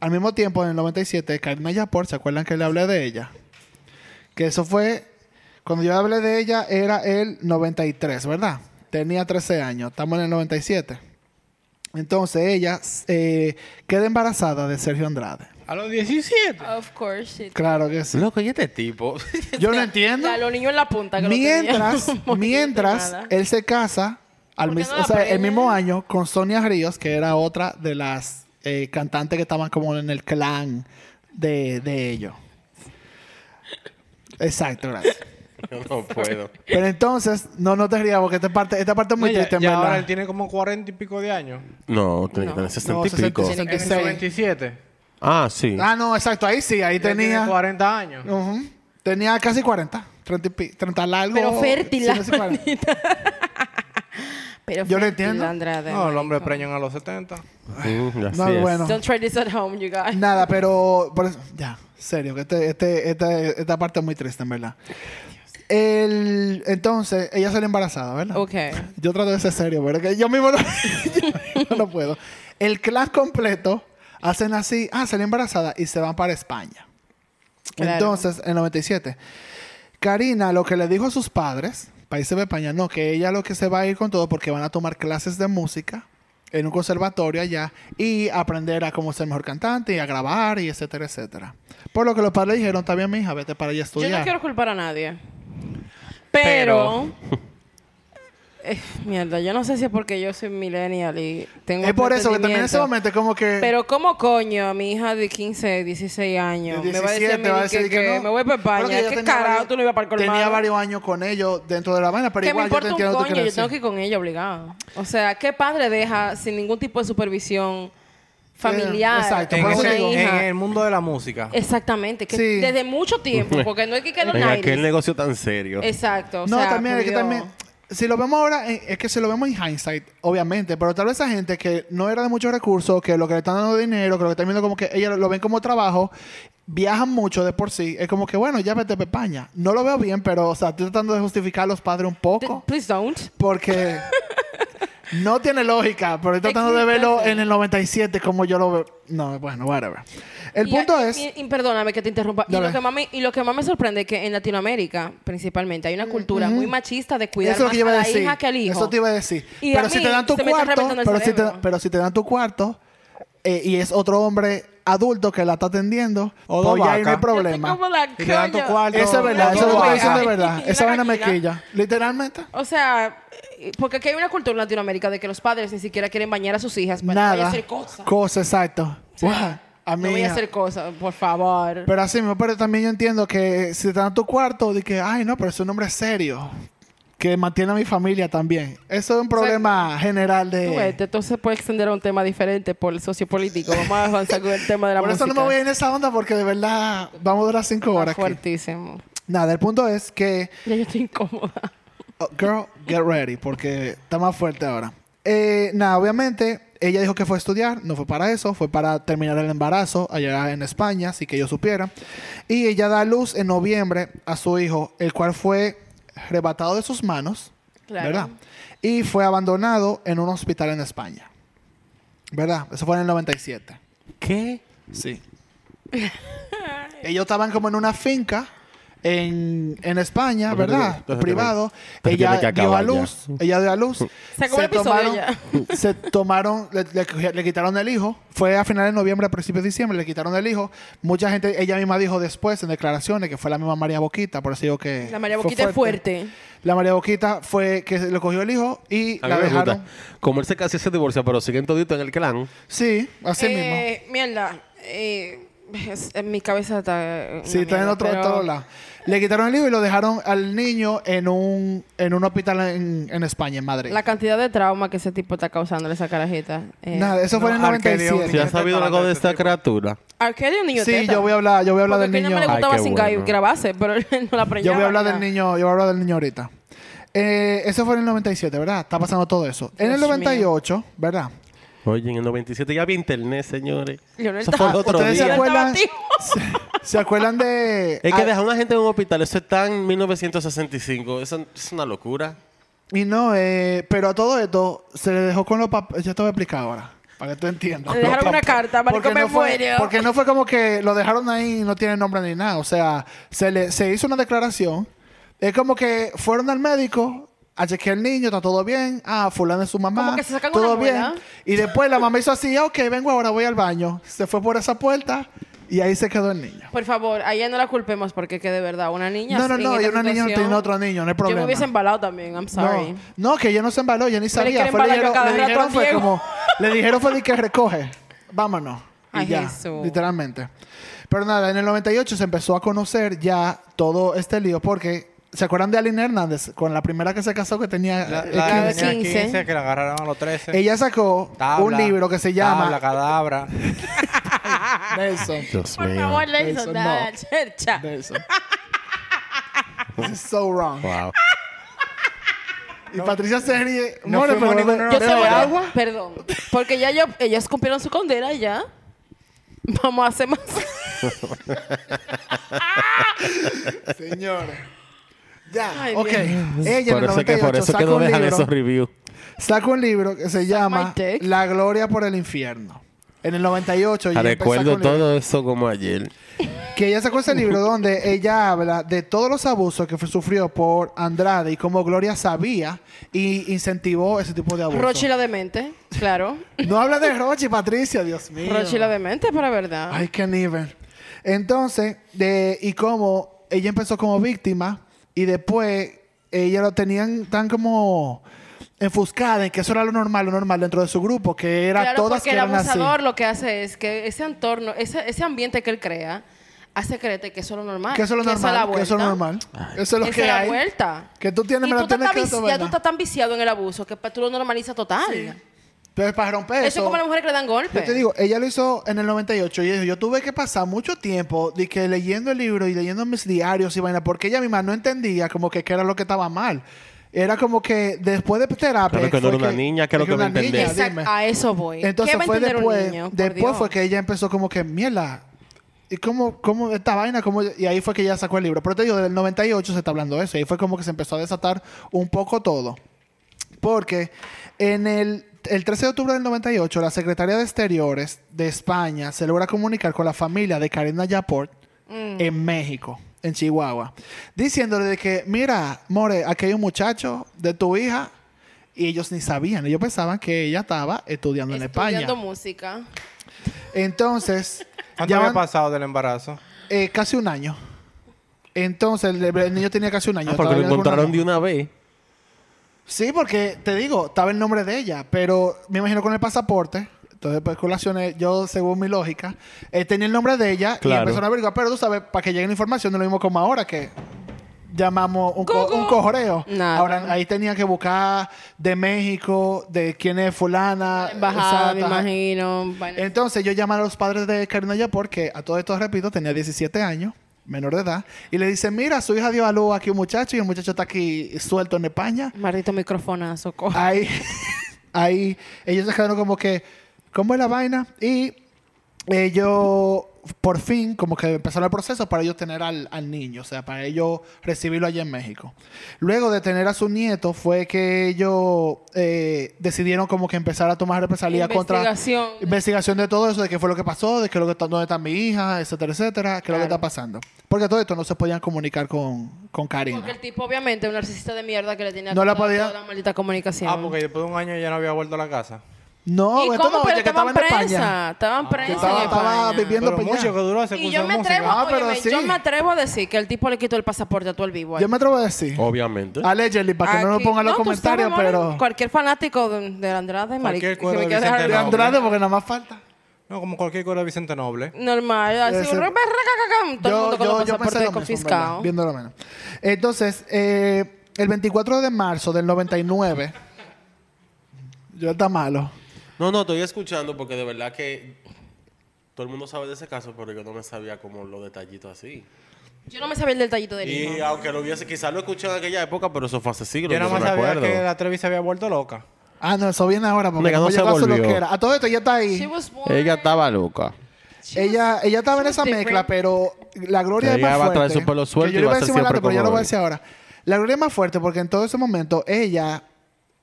Al mismo tiempo, en el 97, Karina Yapor, ¿se acuerdan que le hablé de ella? Que eso fue, cuando yo hablé de ella era el 93, ¿verdad? Tenía 13 años, estamos en el 97. Entonces ella eh, queda embarazada de Sergio Andrade.
A los 17.
Of course, shit.
Claro que sí.
Loco, ¿y este tipo?
Yo no entiendo.
A los niños en la punta. Que lo
Mientras,
tenían. Muy
mientras
nada.
él se casa al
¿Por qué
mis-
no la
o sea, el
premian?
mismo año con Sonia Ríos, que era otra de las eh, cantantes que estaban como en el clan de, de ellos. Exacto, gracias.
Yo no puedo.
Pero entonces, no, no te rías porque esta parte, esta parte es muy
No, ya-
triste, en
ya ahora
verdad.
él tiene como 40 y pico de años.
No, tiene
No.
que tener 60 y
No,
pico.
65.
En
Sí.
27.
Ah, sí.
Ah, no, exacto, ahí sí, ahí tenía.
Tiene 40 años.
Ujú. Tenía casi 40, 30, y pi- 30 largo.
Pero fértil,
sí,
la
casi 40.
Pero
Yo no
fue
entiendo.
Andrade,
No, el hombre
marico.
preñan a los 70.
Mm, así
No,
es.
bueno.
Don't try this at home, you guys.
Nada, pero por eso- ya, serio, que este, este- este- esta parte es muy triste, en verdad. El, entonces, ella salió embarazada, ¿verdad?
Ok.
Yo trato de ser serio, pero es que yo mismo no, yo mismo no puedo. El clan completo hacen así, ah, salió embarazada y se van para España.
Claro.
Entonces, en 97, Karina lo que le dijo a sus padres, países de España, no, que ella lo que se va a ir con todo porque van a tomar clases de música en un conservatorio allá y aprender a cómo ser mejor cantante y a grabar y etcétera, etcétera. Por lo que los padres dijeron, está bien, mija, vete para allá
Yo
a estudiar.
no quiero culpar a nadie. Pero... Eh, mierda, yo no sé si es porque yo soy millennial y tengo...
Es por eso que también en ese
entendimiento.
momento es como que...
Pero ¿cómo coño mi hija de 15, 16 años
De
me va a decir, a
17,
mí
va a
de
decir
que,
que
que
no.
me voy para
Claro que
España?
ya
¿Qué
tenía
carajo
varios-
tú no ibas para el colmado?
Tenía varios años con ellos dentro de la vaina, pero
que me
igual yo te
importa un
entiendo lo que
coño, yo
quieres
tengo que
decir.
ir con ella obligado. O sea, ¿qué padre deja sin ningún tipo de supervisión familiar
exacto,
a
En,
por eso
una
digo.
ese- en
hija?
el mundo de la música.
Exactamente, que
Sí.
desde mucho tiempo, porque no hay que quedar
En aquel
nadie.
negocio tan serio.
Exacto. o
No,
sea,
también es
por
que
Dios.
también si lo vemos ahora eh, es que si lo vemos en hindsight, obviamente, pero tal vez esa gente que no era de muchos recursos, que lo que le están dando dinero, que lo que están viendo como que ellos lo ven como trabajo, viajan mucho de por sí, es como que bueno, ya vete a España. No lo veo bien, pero o sea, estoy tratando de justificar a los padres un
D-
poco
Please don't.
porque no tiene lógica, pero estoy tratando de verlo en el 97 como yo lo veo. No, bueno, whatever. El
Y-
punto
y-
es
y- y perdóname que te interrumpa. Y
Dale.
lo, que más me, y lo que más me sorprende es que en Latinoamérica, principalmente, hay una cultura muy machista de cuidar
Eso es lo
más
que yo iba
a
a
la
decir.
hija que al hijo.
Eso te iba a decir.
Y
pero
a
si
mí
te dan tu
se me está
cuarto,
reventando el
pero si, te,
cerebro.
pero si te dan tu cuarto eh, y es otro hombre adulto que la está atendiendo,
O
pues
dos
ya ahí no hay
vacas.
problema.
Como la
Y te dan tu
coño.
cuarto.
Eso es verdad,
Yo
eso es lo
tengo
que estoy diciendo
vaca.
es verdad.
Y
Esa
una
vaina me
máquina.
quilla. Literalmente.
O sea, eh, porque aquí hay una cultura en Latinoamérica de que los padres ni siquiera quieren bañar a sus hijas para
Nada.
no vaya a hacer cosas.
Cosa, exacto.
sea,
Guau, a mí.
no voy a hacer cosas, por favor.
Pero así mismo, pero también yo entiendo que si te dan tu cuarto, de que, ay, no, pero es un hombre serio. Que mantiene a mi familia también. Eso es un problema general de...
Tú vete, entonces puede extender a un tema diferente por el sociopolítico. Vamos a avanzar con el tema de la
Por
música.
eso no me voy en esa onda porque de verdad vamos a durar cinco
Está
horas. aquí.
fuertísimo.
Nada, el punto es que,
Ya yo estoy incómoda.
oh, girl, get ready porque está más fuerte ahora. Eh, nada, obviamente ella dijo que fue a estudiar, no fue para eso, fue para terminar el embarazo allá en España, así que yo supiera. Y ella da a luz en noviembre a su hijo, el cual fue arrebatado de sus manos,
Claro.
¿verdad? Y fue abandonado en un hospital en España, ¿verdad? Eso fue en el 97.
¿Qué?
Sí. Ellos estaban como en una finca en, en España,
Entonces tiene-
¿verdad?
entonces
Privado.
tiene- entonces
ella
tiene que
dio a
acabar ya.
luz. Ella dio a luz.
Se acabó el episodio
tomaron, se tomaron, le, le cogí- le quitaron el hijo. Fue a finales de noviembre, a principios de diciembre, le quitaron el hijo. Mucha gente, ella misma dijo después en declaraciones que fue la misma María Boquita, por eso digo que.
La María
fue
Boquita es fuerte.
La María Boquita fue que le cogió el hijo
A
y
mí
la
me
dejaron.
gusta. Como él se casi se divorcia, pero siguen todito en el clan.
Sí, así mismo.
Eh, Mierda. eh, es- en mi cabeza está... eh, una
Sí, está en
mierda,
otro,
pero-
otro lado. Le quitaron el libro y lo dejaron al niño en un, en un hospital en, en España, en Madrid.
La cantidad de trauma que ese tipo está causándole a esa carajita. Eh,
Nada, eso fue en el
No, Arcadio.
97.
Si has
Este
sabido
talento
algo de
de este
esta
tipo.
criatura.
Arcadio, un niño
Sí,
teta.
yo voy a hablar, yo voy a hablar del
Porque a ella
niño.
no me le gustaba
Ay, qué
sin
bueno.
gra- grabarse, pero él no la preñaba.
Yo voy a hablar
ni
del
nada.
niño, yo voy a hablar del niño ahorita. Eh, eso fue en el 97, ¿verdad? Está pasando todo eso. en el
Dios mío.
98, ¿verdad?
Oye, en el 97 ya había internet, señores.
Leonel
Eso fue el
estaba-
otro
¿Ustedes se
día.
acuer-
acuerdan?
Estaba
¿Se, se acuerdan de...?
Es que
ah,
dejar a una gente en un hospital, eso está en 1965. Eso es una locura.
Y no, eh, pero a todo esto se le dejó con los papeles. Yo te voy a explicar ahora, para que tú entiendas.
Le dejaron
Los
una
papeles.
carta, marico,
Porque
me
no fue-
muero.
Porque no fue como que lo dejaron ahí y no tiene nombre ni nada. O sea, se, le, se hizo una declaración. Es como que fueron al médico a chequear al niño, está todo bien. Ah, fulano es su mamá.
Como que se sacan
todo
una
bien.
muela.
Y después la mamá hizo así, "Ah, ok, vengo ahora, voy al baño. Se fue por esa puerta Y ahí se quedó el niño.
Por favor, a ella no la culpemos porque que de verdad, una niña.
No, no,
en
no,
esta
y una niña no
situación-
tiene otro niño, no hay
Yo
problema.
me hubiese embalado también, I'm sorry.
No, no, que ella no se embaló, ella ni
Pero es que
sabía.
le
Fue, le
embala yo
dijeron,
cada
le
rato
dijeron
a
fue
Diego.
como, le dijeron fue de que recoge, vámonos. Y
Ay,
ya,
Jesús.
literalmente. Pero nada, en el 98 se empezó a conocer ya todo este lío porque, ¿se acuerdan de Aline Hernández? Con la primera que se casó que tenía...
La,
eh,
la
cada
que tenía
15.
15, que la agarraron a los 13.
ella sacó
Tabla,
un libro que se llama...
Tabla, cadabra.
Nelson.
Dios
Por favor,
Eso
Nelson,
no.
da la chercha.
Nelson. This is so wrong.
Wow.
Y Patricia se ríe.
No
"More,
fuimos
pero
ninguno,
Yo
bebe-
no,
te
bebe
voy a-
agua.
Perdón. Porque ya yo, ellas cumplieron su condena ya. Vamos a hacer más.
Señora. Ya,
Ay,
ok. Ella en
Por
el
eso, que,
98
por eso
saca,
que no
un
dejan
libro,
esos reviews.
saca un libro que se llama
my dick.
La gloria por el infierno. En el 98 ella empezó a sacar
Recuerdo
un libro.
todo eso como ayer.
que ella sacó ese libro donde ella habla de todos los abusos que fue- sufrió por Andrade y cómo Gloria sabía y incentivó ese tipo de abusos.
Rochi la demente, claro.
No habla de Rochi, Patricia, Dios mío.
Rochi la demente, para verdad.
Ay, qué nivel. Entonces, de, y como ella empezó como víctima y después ella lo tenían tan como enfuscada en que eso era lo normal, lo normal dentro de su grupo, que era
claro,
todas
porque
que
el
eran así.
abusador lo que hace es que ese entorno, ese, ese ambiente que él crea, hace creerte que eso es lo normal.
Que eso es lo
es la
normal, que
vuelta.
eso es lo normal. Eso es lo
Esa
que
es la
hay.
vuelta.
Que tú tienes,
Y
me lo
tú
tienes
estás
que
vici- ya tú estás tan viciado en el abuso que pa- tú lo normalizas total.
Entonces, para romper eso.
Eso es como las mujeres que le dan golpes.
Yo te digo, ella lo hizo en el 98 y dijo, yo tuve que pasar mucho tiempo de que leyendo el libro y leyendo mis diarios y vaina, porque ella misma no entendía como que qué era lo que estaba mal. Era como que después de terapia...
Claro que no
fue
era una niña, ¿qué es lo que
una
va a entender?
niña,
Exacto,
dime.
a eso voy.
Entonces
¿Qué va a
fue
entender un
después,
niño? Por
después
Dios.
fue que ella empezó como que, mierda, ¿y cómo, cómo esta vaina? Cómo? Y ahí fue que ella sacó el libro. Pero te digo, del 98 se está hablando de eso. Y ahí fue como que se empezó a desatar un poco todo. Porque en el, el 13 de octubre del 98, la Secretaría de Exteriores de España se logra comunicar con la familia de Karina Yaport en México, en Chihuahua, diciéndole de que, mira, More, aquí hay un muchacho de tu hija. Y ellos ni sabían, ellos pensaban que ella estaba estudiando, en
Estudiando
España.
música.
Entonces,
¿Cuánto
ya
había
van,
pasado del embarazo?
eh, casi un año. Entonces, el, el niño tenía casi un año.
Ah, porque lo
todavía alguna-
encontraron de una vez.
Sí, porque te digo, estaba el nombre de ella, pero me imagino con el pasaporte. Entonces, pues, colacioné, yo, según mi lógica, eh, tenía el nombre de ella
Claro.
y empezaron a averiguar. Pero tú sabes, para que llegue la información, no es lo mismo como ahora que llamamos un, co-
Google.
un cojoreo.
Nada.
Ahora, ahí tenía que buscar de México, de quién es fulana.
Embajada, me
exacta.
imagino. vaina.
Entonces, yo llamé a los padres de Karina Yapor, que a todo esto, repito, tenía 17 años, menor de edad, y le dicen, mira, su hija dio a luz aquí un muchacho y el muchacho está aquí suelto en España.
Maldito microfonazo. co-
Ahí, ahí, ellos se quedaron como que, ¿cómo es la vaina? Y ellos, por fin, como que empezaron el proceso para ellos tener al, al niño, o sea, para ellos recibirlo allá en México. Luego de tener a su nieto, fue que ellos eh, decidieron como que empezar a tomar represalias contra...
Investigación.
Investigación de todo eso, de qué fue lo que pasó, de qué es lo que está, dónde está mi hija, etcétera, etcétera, qué es lo que
Claro.
está pasando. Porque todo esto no se podían comunicar con, con Karina.
Porque el tipo, obviamente, un narcisista de mierda que le tenía
No la
toda-
podía-
toda la maldita comunicación.
Ah, porque después de un año ya no había vuelto a la casa.
No,
¿Y
esto
cómo?
no,
Pero
oye, que estaba
estaban
en España. Ah,
presas. Estaban presas
estaba-
en
estaba
España.
viviendo-
Pero
pues
pa' allá.
mucho que duró hace
Y yo me,
música.
atrevo,
Ah, pero
óyeme,
sí.
yo me atrevo a decir que el tipo le quitó el pasaporte a todo el vivo.
Yo me atrevo a decir.
Obviamente.
Allegedly, para que no nos
Aquí- pues,
pongan los
tú
comentarios,
sabes, amor,
pero.
Cualquier fanático de, de Andrade, marica,
Cualquier
que
cuero
me
de
quiera
Vicente
De
dejar-
López.
Andrade, porque nada más falta.
No, como cualquier cosa de Vicente Noble.
Normal, así,
Ese-
un reperracacacam, todo el mundo con los
pensé
pasaportes
lo mismo, ¿verdad?
confiscados.
Viéndolo menos. Entonces, eh, el 24 de marzo del 99. yo está malo.
No, no, estoy escuchando porque de verdad que todo el mundo sabe de ese caso, pero yo no me sabía como los detallitos así.
Yo no me sabía el detallito del hijo.
Y aunque lo hubiese, quizás lo escuché en aquella época, pero eso fue hace siglos.
Yo nada
no
más
me
sabía
acuerdo.
que la Trevi se había vuelto loca.
Ah, no, eso viene ahora porque
Nega,
como
no se
llegó a su
volvió.
loquera. A todo esto ella está ahí.
She was born-
estaba loca.
she was-
Ella, ella estaba en
she
esa
was
mezcla,
different.
pero la gloria es
Ella
más
va a
fuerte.
traer su pelo
Que
suelto
yo
y
lo
va
iba
a
a
ser
decir más adelante,
siempre
pero yo lo
como
voy a
hoy.
decir ahora. La gloria es más fuerte porque en todo ese momento ella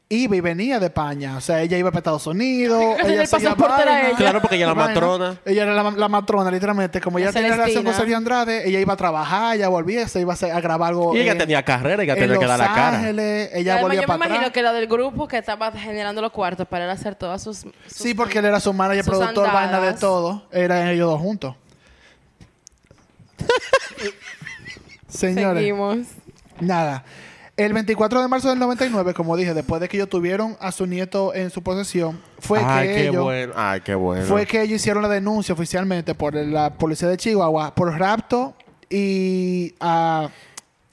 iba y venía de España. O sea, ella iba para Estados Unidos.
Creo que
ella
el
seguía
pasaporte era
vaina.
ella.
Claro, porque ella era la
Vaina.
matrona.
Ella era la, la matrona, literalmente. Como
La
ella tenía relación
Celestina.
con Sergio Andrade, ella iba a trabajar, ella volvía, se iba a, hacer- a grabar algo.
Y ella
en-
tenía carrera, ella
en
tenía que dar
Los
la cara.
Ángeles,
Y
ella
además,
volvía
yo me
para
imagino
atrás.
que era del grupo que estaba generando los cuartos para él hacer todas sus... sus-
Sí, porque él era su manager,
sus
productor, vaina de
andadas.
todo. Eran ellos dos juntos. Señores,
Seguimos.
nada. El 24 de marzo del 99, como dije, después de que ellos tuvieron a su nieto en su posesión, fue
Ay,
que
qué
ellos
bueno. Ay, qué bueno.
fue que ellos hicieron la denuncia oficialmente por la policía de Chihuahua por rapto y a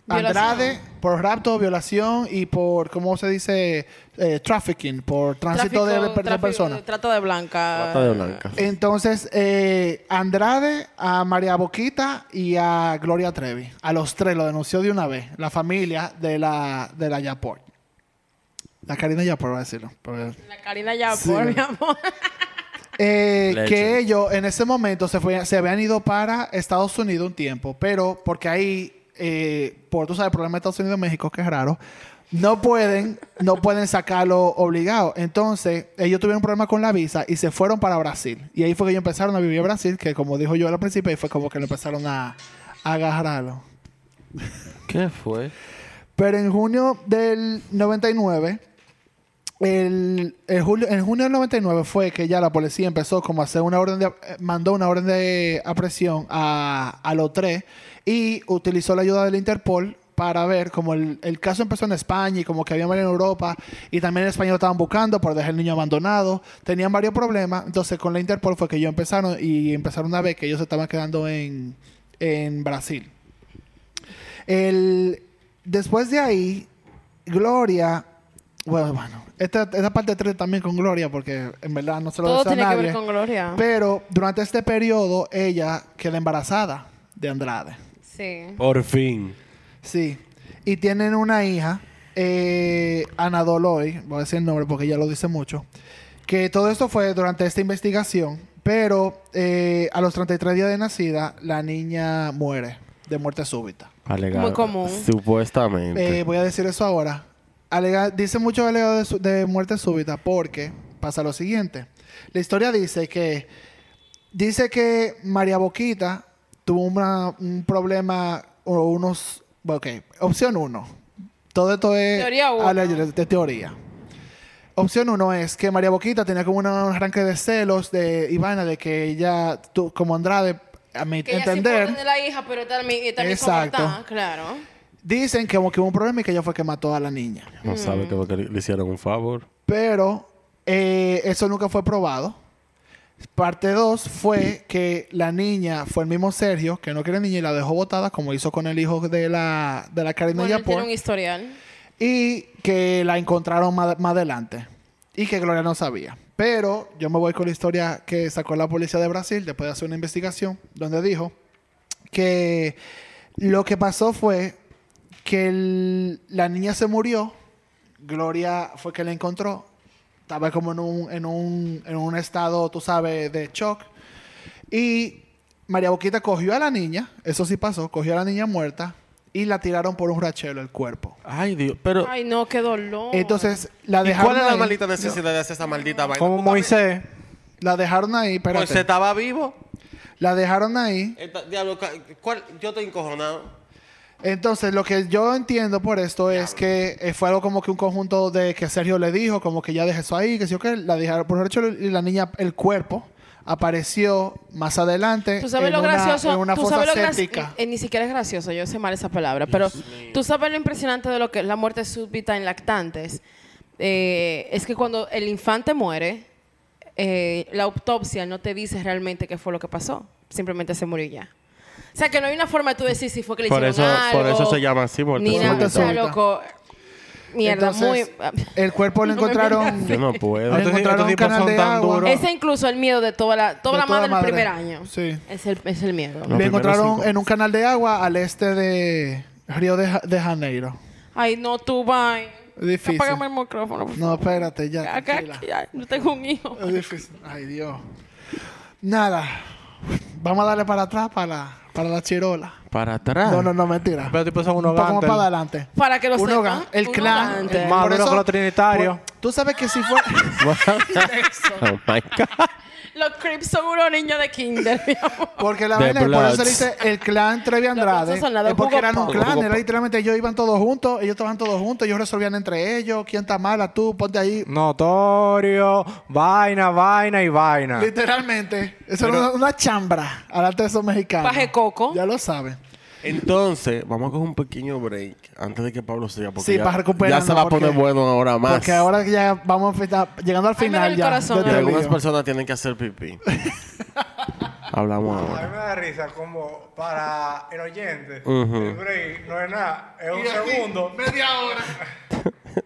Andrade por rapto, violación y por cómo se dice Eh, trafficking, por tránsito de,
Tráfico-
per- de
tráfico-
personas.
Trata de blanca.
Trata de blanca.
Entonces, eh, Andrade, a María Boquita y a Gloria Trevi. A los tres lo denunció de una vez. La familia de la, de la Yapor. La Karina Yapor, va a decirlo. porque-
La Karina ya,
Sí.
por mi amor.
Eh,
Leche.
que ellos en ese momento se, fue- se habían ido para Estados Unidos un tiempo, pero porque ahí, eh, por tú sabes, el problema de Estados Unidos y México, que es raro, no pueden, no pueden sacarlo obligado. Entonces, ellos tuvieron un problema con la visa y se fueron para Brasil. Y ahí fue que ellos empezaron a vivir en Brasil, que como dijo yo al principio, ahí fue como que lo empezaron a, a agarrarlo.
¿Qué fue?
Pero en junio del 99, el, el julio, en junio del 99 fue que ya la policía empezó como a hacer una orden de, eh, mandó una orden de apresión a, a los tres y utilizó la ayuda del Interpol para ver como el, el caso empezó en España y como que había varios en Europa y también en España lo estaban buscando por dejar el niño abandonado, tenían varios problemas, entonces con la Interpol fue que ellos empezaron y empezaron a ver que ellos se estaban quedando en, en Brasil. El, después de ahí, Gloria. Bueno, bueno. Esta, esta parte 3 también con Gloria, porque en verdad no se lo
Todo
deseo a
tiene que ver
nadie.
con Gloria.
Pero durante este periodo, ella queda embarazada de Andrade.
Sí.
Por fin.
Sí. Y tienen una hija, eh, Ana Doloy, voy a decir el nombre porque ella lo dice mucho, que todo esto fue durante esta investigación, pero eh, a los 33 días de nacida, la niña muere de muerte súbita.
Alegado.
Muy común.
Supuestamente.
Eh, voy a decir eso ahora. Alega- dice mucho alegado de, su- de muerte súbita porque pasa lo siguiente. La historia dice que dice que María Boquita tuvo una- un problema o unos... Ok, opción uno. Todo esto es...
Teoría uno.
Ale- de, de teoría. Opción uno es que María Boquita tenía como un arranque de celos de Ivana de que ella, tú- como Andrade, a mi
Que ella sí puede
entender...
tener la hija, pero también, también
Exacto.
como está, claro.
Dicen que como que hubo un problema y que ella fue que mató a la niña.
No
mm.
sabe que porque le le hicieron un favor.
Pero eh, eso nunca fue probado. Parte 2 fue que la niña fue el mismo Sergio, que no quiere niña y la dejó botada, como hizo con el hijo de la, de la Karina
Bueno, él
Yapor,
tiene un historial.
y que la encontraron más, más adelante y que Gloria no sabía. Pero yo me voy con la historia que sacó la policía de Brasil después de hacer una investigación, donde dijo que lo que pasó fue que el- la niña se murió, Gloria fue que la encontró, estaba como en un, en un, en un estado, tú sabes, de shock, y María Boquita cogió a la niña, eso sí pasó, cogió a la niña muerta y la tiraron por un rachelo el cuerpo.
Ay, Dios. Pero.
Ay, no, qué dolor.
Entonces, la
¿Y
dejaron
cuál es la
ahí.
maldita necesidad de hacer esa maldita vaina?
Como
Tú también-
Moisés.
La dejaron
Pues
ahí, espérate.
Moisés estaba vivo.
La dejaron ahí.
Esta- diablo, ca- ¿cuál? Yo estoy encojonado.
Entonces, lo que yo entiendo por esto es que eh, fue algo como que un conjunto de que Sergio le dijo, como que ya dejé eso ahí, que sí o qué. La dejaron por hecho y la niña, el cuerpo, apareció más adelante
Tú sabes
en,
lo
una,
gracioso.
en una
tú
fosa
sabes lo gra-
séptica.
eh, ni siquiera es gracioso, yo sé mal esa palabra. Pero tú sabes lo impresionante de lo que es la muerte súbita en lactantes. Eh, es que cuando el infante muere, eh, la autopsia no te dice realmente qué fue lo que pasó. Simplemente se murió y ya. O sea, que no hay una forma de tú decir si fue que le
Por
hicieron
eso- por
algo,
eso se llama así, muerte
ni nada,
súbita.
o sea, loco. Mierda,
Entonces,
muy...
El cuerpo lo
No me
encontraron.
Yo no puedo.
Le
Estos-
encontraron
estos
un
tipos
canal
son
de
tan
agua.
duros.
Ese incluso el miedo de toda la, toda
De
la
toda
madre,
madre.
del primer año.
Sí.
Es el, es el miedo.
Los
Le
primeros
encontraron
cinco.
en un canal de agua al este de Río de, Ja- de Janeiro.
Ay, no, tú, bye.
Difícil.
Apágame el micrófono. por
No,
favor.
espérate, ya.
Acá,
tranquila.
aquí, ay, yo tengo un hijo.
Es difícil. Ay, Dios. Nada. Vamos a darle para atrás para la, para la chirola.
Para atrás.
No, no, no, mentira.
Ah. Pero tipo son unos
Un poco más
gantes.
para adelante.
Para que lo
Uno
sepan.
gan- el
uno
clan, Eh,
gante.
el más- Maduro con los trinitarios.
Tú sabes que si fue...
oh my God.
Los creeps son unos niños de kinder, mi amor.
Porque la
The
vaina, por eso
Bloods.
dice el clan Trevi Andrade.
Los son la de
es porque
Hugo
eran un
Pop.
clan,
Hugo
era
Pop.
literalmente ellos iban todos juntos, ellos estaban todos juntos, ellos resolvían entre ellos, quién está mala, tú, ponte ahí.
Notorio, vaina, vaina y vaina.
Literalmente, eso era una, una chambra al arte de esos mexicanos.
Paje coco.
Ya lo saben.
Entonces, vamos a coger un pequeño break antes de que Pablo siga. Porque
Sí,
ya,
para recuperarnos,
Ya se va a poner
porque-
bueno ahora más.
Porque ahora que ya vamos a estar llegando al
Ay, me duele
final
el
ya.
corazón,
de
Y
Te
este
algunas
lío.
personas tienen que hacer pipí. Hablamos
A mí
ahora.
me da risa como para el oyente,
Ujú.
el break no es nada, es un segundo.
Media hora.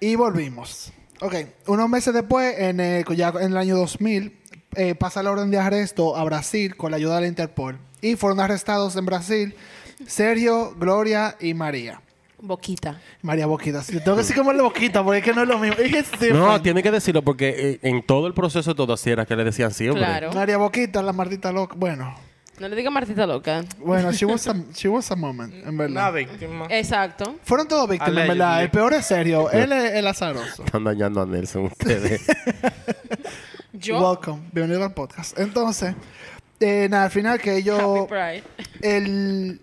y volvimos. Ok, unos meses después, en el, ya en el año 2000, eh, pasa la orden de arresto a Brasil con la ayuda de la Interpol. Y fueron arrestados en Brasil Sergio, Gloria y María.
Boquita.
María Boquita. Sí, tengo que decir como la boquita porque es que no es lo mismo. Es que es
No,
different.
tiene que decirlo porque eh, en todo el proceso todo así era que le decían siempre.
Claro.
María Boquita, la maldita loca. Bueno,
No le diga Martita loca.
bueno, she was a, she was a moment, en
Una
verdad.
víctima.
Eh, Exacto.
Fueron todos víctimas, en verdad.
Allegedly.
El peor es Sergio. Él es el azaroso.
Están dañando a Nelson ustedes.
Yo.
Welcome, bienvenido al podcast. Entonces, eh, nada, al final que
Happy
ellos
Pride.
el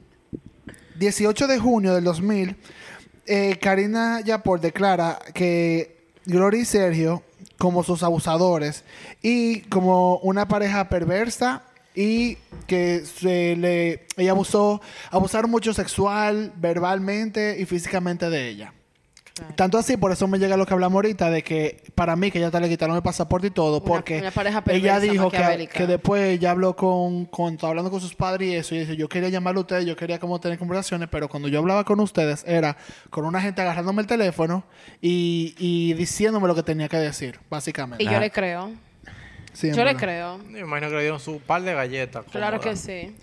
18 de junio del 2000, eh, Karina Yapor declara que Gloria y Sergio como sus abusadores y como una pareja perversa y que se le ella abusó, abusaron mucho sexual, verbalmente y físicamente de ella. Tanto así, por eso me llega lo que hablamos ahorita de que para mí que ella te le quitaron el pasaporte y todo,
Una-
porque
una pareja
ella
perversa,
dijo que,
maquiavélica.
que después ella pues, habló con, con hablando con sus padres y eso y dice, yo quería llamarle a ustedes, yo quería como tener conversaciones, pero cuando yo hablaba con ustedes era con una gente agarrándome el teléfono y, y diciéndome lo que tenía que decir, básicamente.
Y yo le creo.
Sí, en
Yo le
verdad.
creo.
Yo imagino que le dieron su par de galletas.
Claro que
cómodas.
sí.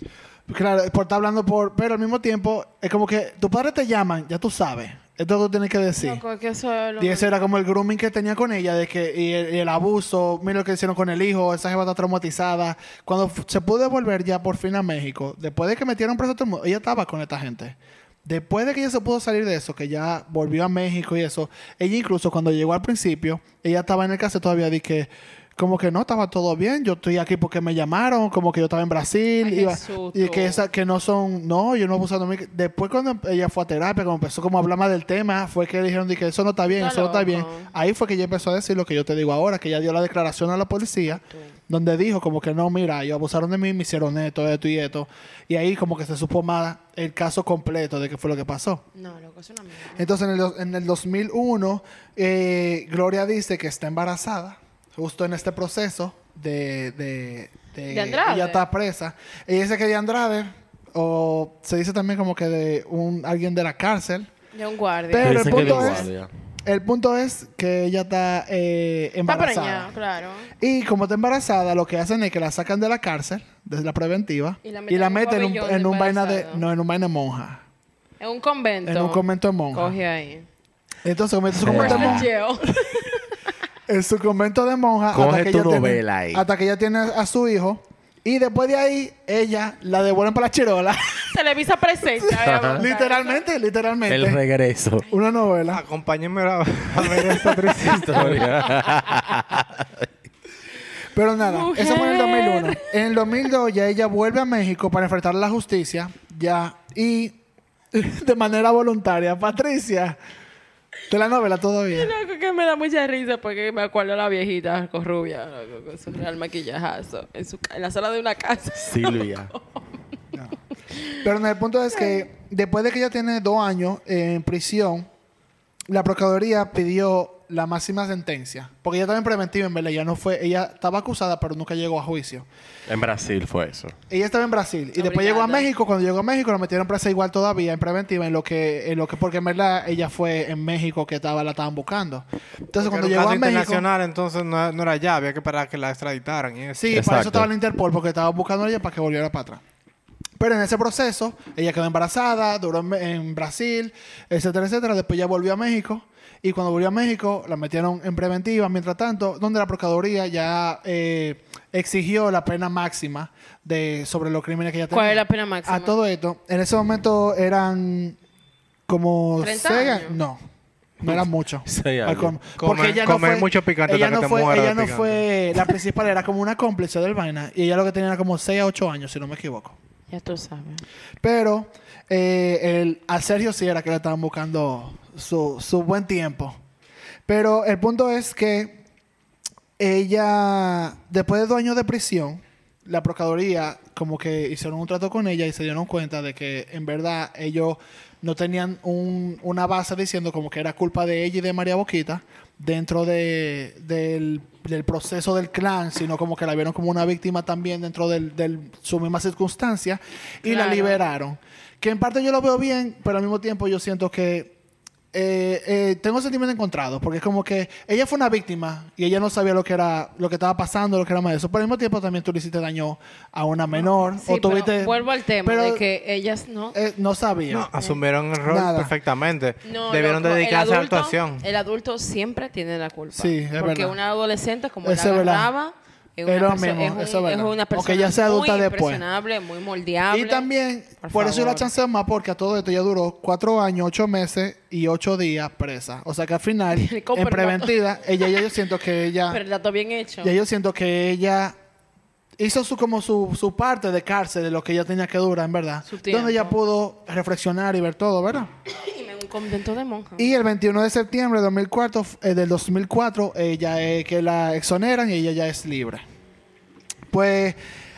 Claro, por estar hablando por, pero al mismo tiempo es como que tus padres te llaman, ya tú sabes, esto es lo que tienes que decir.
Loco, es que eso es lo
Y ese era como el grooming que tenía con ella, de que y el, y el abuso, mira lo que hicieron con el hijo, esa jeva está traumatizada. Cuando f- se pudo volver ya por fin a México, después de que metieron preso a todo el mundo, ella estaba con esta gente. Después de que ella se pudo salir de eso, que ya volvió a México y eso, ella incluso cuando llegó al principio, ella estaba en el caso todavía de que como que no estaba todo bien, yo estoy aquí porque me llamaron, como que yo estaba en Brasil
Ay,
iba-
Jesús,
y
tú.
que esa que no son, no, yo no abusando de mí. Después cuando ella fue a terapia, cuando empezó como a hablar más del tema, fue que dijeron de que eso no está bien,
Está
eso no está bien.
loco.
Ahí fue que ella empezó a decir lo que yo te digo ahora, que ella dio la declaración a la policía, donde dijo como que no, mira, ellos abusaron de mí, me hicieron esto, esto y esto. Y ahí como que se supo más el caso completo de qué fue lo que pasó.
No, loco, es una mierda.
Entonces en el, dos- en el 2001, eh, Gloria dice que está embarazada, justo en este proceso de... de,
De Andrade.
Ella está presa. Ella dice que de Andrade, o se dice también como que de un alguien de la cárcel.
De un guardia.
Pero el
Dicen que de
punto es-
guardia.
El punto es que ella está eh,
Está
embarazada.
preñada, claro.
Y como está embarazada, lo que hacen es que la sacan de la cárcel, desde la preventiva,
Y la
y la
meten
meten
en
en
un pabellón de
un, en un vaina de...
embarazado.
No, en un vaina de monja.
En un convento.
En un convento de monja.
Coge ahí.
Entonces, como entonces,
Fea.
como
Personal
monja.
Personal jail.
en su convento de monjas
Coge
hasta que
tu
ella tiene,
novela ahí.
hasta que ella tiene a su hijo y después de ahí ella la devuelven para la chirola
Televisa presenta.
Ajá.
mi amor.
literalmente literalmente
El regreso.
una novela
Acompáñenme a, a ver esta triste historia.
pero nada
Mujer.
eso fue en el 2001 en el 2002 ya ella vuelve a México para enfrentar la justicia ya y de manera voluntaria Patricia de la novela todavía
Loco, que me da mucha risa porque me acuerdo a la viejita con rubia, loco, con su real maquillajazo, en, su, ca- en la sala de una casa.
Silvia.
Pero no, el punto es que después de que ella tiene dos años eh, en prisión, la Procuraduría pidió la máxima sentencia. Porque ella estaba en preventiva, en verdad. Ella no fue, ella estaba acusada, pero nunca llegó a juicio.
En Brasil fue eso.
Ella estaba en Brasil. Y después
Obligada.
llegó a México. Cuando llegó a México, la metieron presa igual todavía en preventiva, en lo que, en lo que, porque en verdad ella fue en México que estaba, la estaban buscando.
Porque
Entonces,
era
cuando
un
llegó
caso
a México.
internacional, entonces no, no era ya, había que esperar que la extraditaran. Y eso.
Sí, para eso
Exacto.
estaba en la Interpol, porque estaba buscando a ella para que volviera para atrás. Pero en ese proceso, ella quedó embarazada, duró en, en Brasil, etcétera, etcétera. Después ya volvió a México. Y cuando volvió a México, la metieron en preventiva, mientras tanto, donde la Procuraduría ya eh, exigió la pena máxima de, sobre los crímenes que ella tenía.
¿Cuál es la pena máxima?
A todo esto, en ese momento eran como
30
seis
años.
años. No, No era mucho.
Sí,
Al
algo.
com-
Comer- comer mucho picante
ella
hasta
no
que te
fue,
mueras de
ella no
picante.
fue la principal, era como una cómplice del vaina. Y ella lo que tenía era como 6 a 8 años, si no me equivoco.
Ya tú sabes.
Pero eh, el, a Sergio sí era que le estaban buscando su, su buen tiempo. Pero el punto es que ella, después de dos años de prisión, la Procuraduría como que hicieron un trato con ella y se dieron cuenta de que en verdad ellos no tenían un- una base diciendo como que era culpa de ella y de María Boquita dentro de- del, del proceso del clan, sino como que la vieron como una víctima también dentro de su misma circunstancia y la
Claro.
liberaron. Que en parte yo lo veo bien, pero al mismo tiempo yo siento que eh, eh, tengo sentimientos encontrados porque es como que ella fue una víctima y ella no sabía lo que era lo que estaba pasando lo que era más de eso pero al mismo tiempo también tú le hiciste daño a una menor
Sí,
o
pero
tuviste
vuelvo al tema
pero,
de que ellas no.
eh, no sabía
No, asumieron el rol
Nada.
perfectamente.
No,
Debieron
loco, el
dedicarse a la
adulto-
actuación.
El adulto siempre tiene la culpa.
Sí, es
Porque
verdad.
un adolescente, como
Eso
la
es verdad.
agarraba, es una,
Es lo
perso-
mismo,
es un-
eso es
es
verdad.
una
Aunque
persona
ya sea adulta
muy
después.
impresionable, muy moldeable.
y también por,
Por
eso yo la
favor.
chance más porque a todo esto ya duró cuatro años ocho meses y ocho días presa o sea que al final
Con
en
perdón.
preventiva ella ya yo siento que ella
Pero el dato bien hecho.
Ya yo siento que ella hizo su como su, su parte de cárcel de lo que ella tenía que durar, en verdad.
Su tiempo.
Donde ella pudo reflexionar y ver todo, ¿verdad?
Y me un convento de monja.
Y el 21 de septiembre de 2004, eh, del 2004, ella eh, es que la exoneran y ella ya es libre. Pues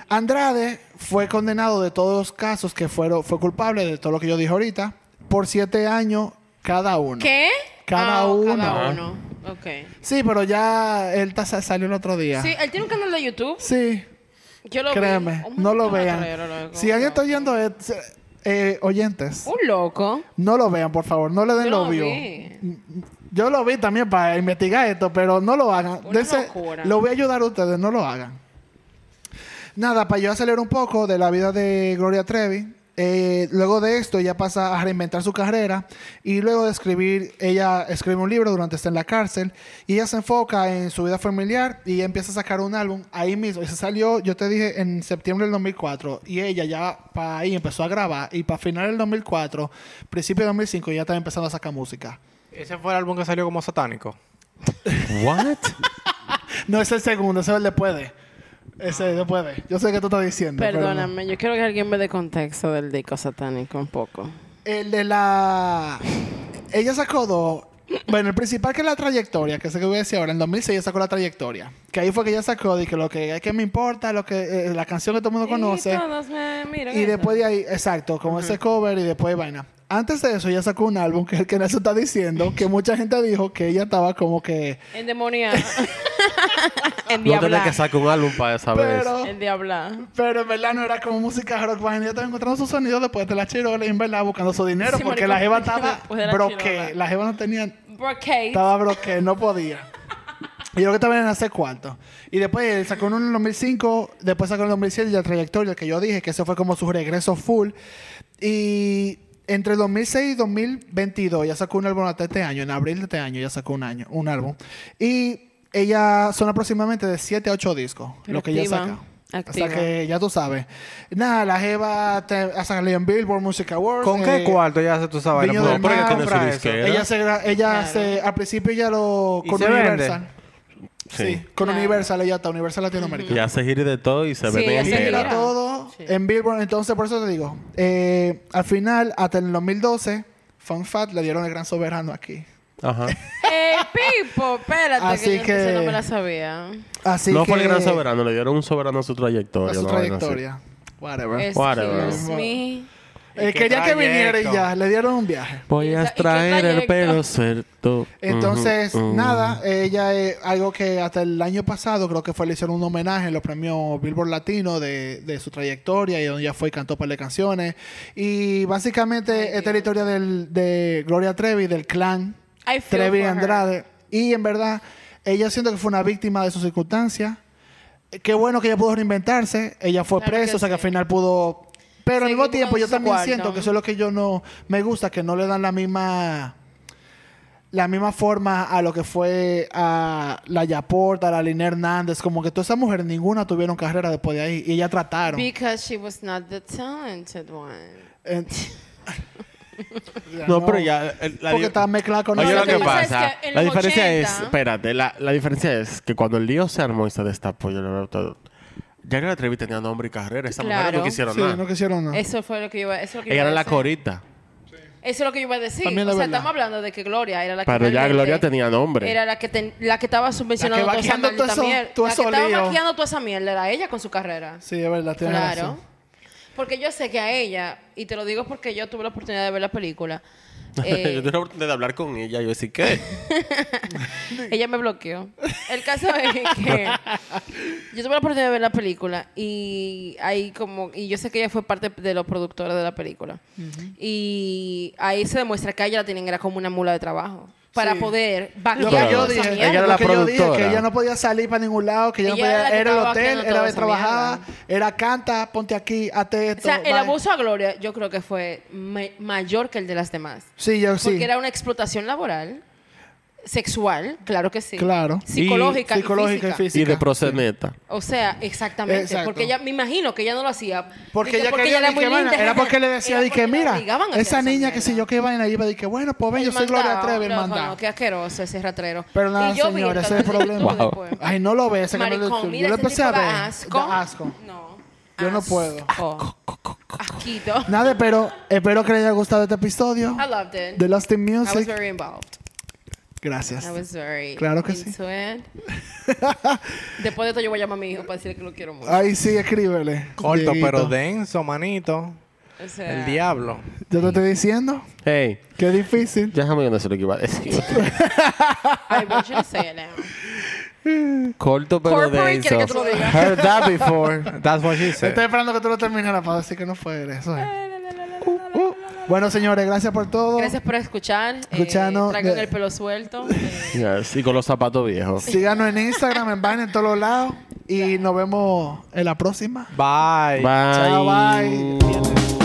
Andrade fue condenado de todos los casos que fueron, fue culpable de todo lo que yo dije ahorita, por siete años cada uno.
¿Qué?
Cada
Ah,
uno.
Cada uno. Ok.
Sí, pero ya él ta- salió el otro día.
Sí, él tiene un canal de YouTube.
Sí.
Yo lo vi.
Créeme,
Oh my
no lo
God,
vean.
pero loco,
si alguien está
loco.
oyendo, eh, se- eh, oyentes,
Un loco.
no lo vean, por favor, no le den
Uh. Yo
lo
lo
view.
vi.
Mm, Yo lo vi también para investigar esto, pero no lo hagan.
Una
Dense-
locura.
lo voy a ayudar a ustedes, no lo hagan. Nada, para yo acelerar un poco de la vida de Gloria Trevi. eh, luego de esto, ella pasa a reinventar su carrera y luego de escribir, ella escribe un libro durante estar en la cárcel y ella se enfoca en su vida familiar y empieza a sacar un álbum ahí mismo. Y se salió, yo te dije, en septiembre del 2004 y ella ya para ahí empezó a grabar y para final del 2004, principio del 2005, ya estaba empezando a sacar música.
Ese fue el álbum que salió como satánico.
What?
No es el segundo, ese es el de puede. Ese es el de puede. Yo sé que tú estás diciendo. pero no.
Perdóname, yo quiero que alguien me dé contexto del disco satánico un poco.
El de la. Ella sacó dos. Bueno, el principal que es la trayectoria, que es el que voy a decir ahora, en 2006 ella sacó la trayectoria. Que ahí fue que ella sacó, de que lo que, que me importa, lo que eh, la canción que todo el mundo conoce.
Y todos me miran
Y
eso.
después de ahí, exacto, como ese cover y después vaina. Antes de eso, ella sacó un álbum que es el que Nelson está diciendo, que mucha gente dijo que ella estaba como que.
Endemoniada.
No tenés que
Endiablada.
sacar un álbum para saber eso.
Pero,
Endiablada.
pero en verdad no era como música rock vaina. Ella estaba encontrando su sonido después de la chirola y en verdad buscando su dinero
Sí,
porque
maricón,
la jeva estaba
después de la
broque.
chirola.
La jeva no tenía
Brocade.
Estaba bloqueado, no podía. Y yo que estaba en hacer cuarto. Y después él sacó uno en el 2005, después sacó en el 2007 la trayectoria que yo dije, que eso fue como su regreso full. Y entre el 2006 y 2022 ya sacó un álbum hasta este año, en abril de este año ya sacó un año, un álbum. Y ella son aproximadamente de 7 a 8 discos, lo que ella
Activa,
saca. O
activa.
sea que ya tú sabes. Nada, la Jeva te- ha salido en Billboard Music Awards.
¿Con qué
eh,
cuarto ya se tú sabes?
Viño
No,
del
pero
Mar,
ella tiene su
compra
disquera.
eso.
Ella se, gra- ella se, al principio ya lo
¿Y
con
se
Universal.
vende?
Sí.
Sí.
con
Claro.
Universal ella está, Universal Latinoamérica.
Ya se gira de todo y se
Sí,
ve
ya se
Se
gira.
gira todo
Sí.
en Billboard, entonces por eso te digo, eh, al final hasta el 2012, Fun Fat le dieron el gran soberano aquí.
Ajá.
¡Ey, Pipo! Espérate,
Así
que, yo
que-
entonces no me la sabía.
Así
no
que
fue el gran soberano, le dieron un soberano a su trayectoria.
a su
una vaina así.
trayectoria. Whatever.
Excuse
Whatever.
me.
Eh,
¿Y qué
quería que viniera y
trayecto?
ya, le dieron un viaje.
Voy
¿Y
a
esa- y qué
traer el
trayecto?
pelo cierto.
Entonces,
Ujú, ujú.
nada, ella es algo que hasta el año pasado creo que fue le hicieron un homenaje en los premios Billboard Latino de, de su trayectoria y donde ella fue y cantó un par de canciones. Y básicamente esta es la historia del- de Gloria Trevi, del clan
I feel
Trevi
for her.
Andrade. Y en verdad, ella siento que fue una víctima de sus circunstancias. Eh, Qué bueno que ella pudo reinventarse. Ella fue
Claro
presa,
que
o sea que al
sí.
final pudo... Pero al
Sí,
mismo
pudo
tiempo yo
su
también
cuarto.
siento que eso es lo que yo no... Me gusta, que no le dan la misma la misma forma a lo que fue a la Yaporta, a la Lina Hernández, como que todas esas mujeres ninguna tuvieron carrera después de ahí y ellas trataron.
Because she was not the talented one.
Eh,
No, pero ya. eh, la
Porque
di-
está mezclada con
Oye,
otra
lo que
que
cosa.
pasa es
pasa.
que en
la
los
diferencia
80
es. Espérate, la, la diferencia es que cuando el lío se armó y se destapó, yo lo veo todo. Ya que la Trevi tenía nombre y carrera, esa mujer
Claro.
no quisieron
Sí,
nada.
no quisieron nada.
Eso fue lo que yo iba, eso es lo que yo
Ella
iba
era
a
la
decir.
corita.
Eso es lo que yo iba a decir.
También es
o sea,
verdad.
estamos hablando de que Gloria era la que
Pero ya
realmente
Gloria tenía nombre.
Era la que ten- la que estaba subvencionando
La que
toda esa
vaqueando todo
maldita
eso-
mierda.
todo
La que
eso
estaba
lío.
maquillando toda esa mierda era ella con su carrera.
Sí, es verdad, tienes
Claro.
razón.
Porque yo sé que a ella, y te lo digo porque yo tuve la oportunidad de ver la película, eh,
Yo tuve la oportunidad de hablar con ella. Yo decía, ¿qué?
ella me bloqueó. Mm. El caso es que yo tuve la oportunidad de ver la película y ahí como y yo sé que ella fue parte de los productores de la película. Y ahí se demuestra que a ella la tienen era como una mula de trabajo para
Sí.
poder
Lo
vaquear
que yo
toda
dije,
esa
Ella era
mierda.
lo
la
que yo dije, que
productora.
ella no podía salir para ningún lado, que ella no
Ella era la
podía,
que
era el
estaba
hotel,
vaqueando
era
toda
de
esa
trabajada,
mierda.
era canta, ponte aquí, hazte
O
esto.
sea, el
bye.
abuso a Gloria yo creo que fue ma- mayor que el de las demás.
Sí, yo sí.
Porque era una explotación laboral, sexual, claro que sí.
Claro.
Psicológica. Y,
Psicológica y
física.
física.
Y de proseneta.
O sea, exactamente.
Exacto.
Porque ella, me imagino que ella no lo hacía.
Porque
de que
ella quería
era
di que
muy
vaina.
linda.
Era porque le decía
Era
de que
porque la
mira,
obligaban a hacer
esa
esa
niña que si yo
mierda.
qué vaina iba de que bueno, pues ven, yo soy Gloria Trevi,
no,
hermana.
no, qué asqueroso ese ratrero.
Pero nada,
Y yo vi
señora, ese es el
entonces
problema.
YouTube después.
Ay, no lo ves, ese canal de
Maricón,
YouTube.
mira,
Yo lo
ese
empecé
tipo
a
da
ver.
asco.
Da asco.
No.
Yo no puedo.
Asco. Asquito.
Nada, pero espero que les haya gustado este episodio
I loved it.
de Lost in
I was
Music.
very involved.
Gracias.
I was very
Claro que sí.
into it. Después de esto yo voy a llamar a mi hijo para decirle que lo quiero mucho.
Ahí sí, escríbele.
Corto,
Dieguito.
pero denso, manito.
O sea,
El diablo.
Yo te estoy diciendo
Hey,
que es difícil.
déjame yo no sé lo que iba a decir.
I want you to say it now.
Corto pero
Corporate,
denso.
quiere que tú lo digas.
Heard that before.
That's what she said.
Estoy esperando que tú lo terminaras para decir que no fue él, eso es. Uh, uh. Bueno, señores, gracias por todo.
Gracias por escuchar. Eh,
Escucharnos.
traigan
De-
el pelo suelto. Eh,
Yes, Y con los zapatos viejos.
Síganos en Instagram, en Vine, en todos los lados. Y nos vemos en la próxima.
Bye.
Bye.
Chao, bye.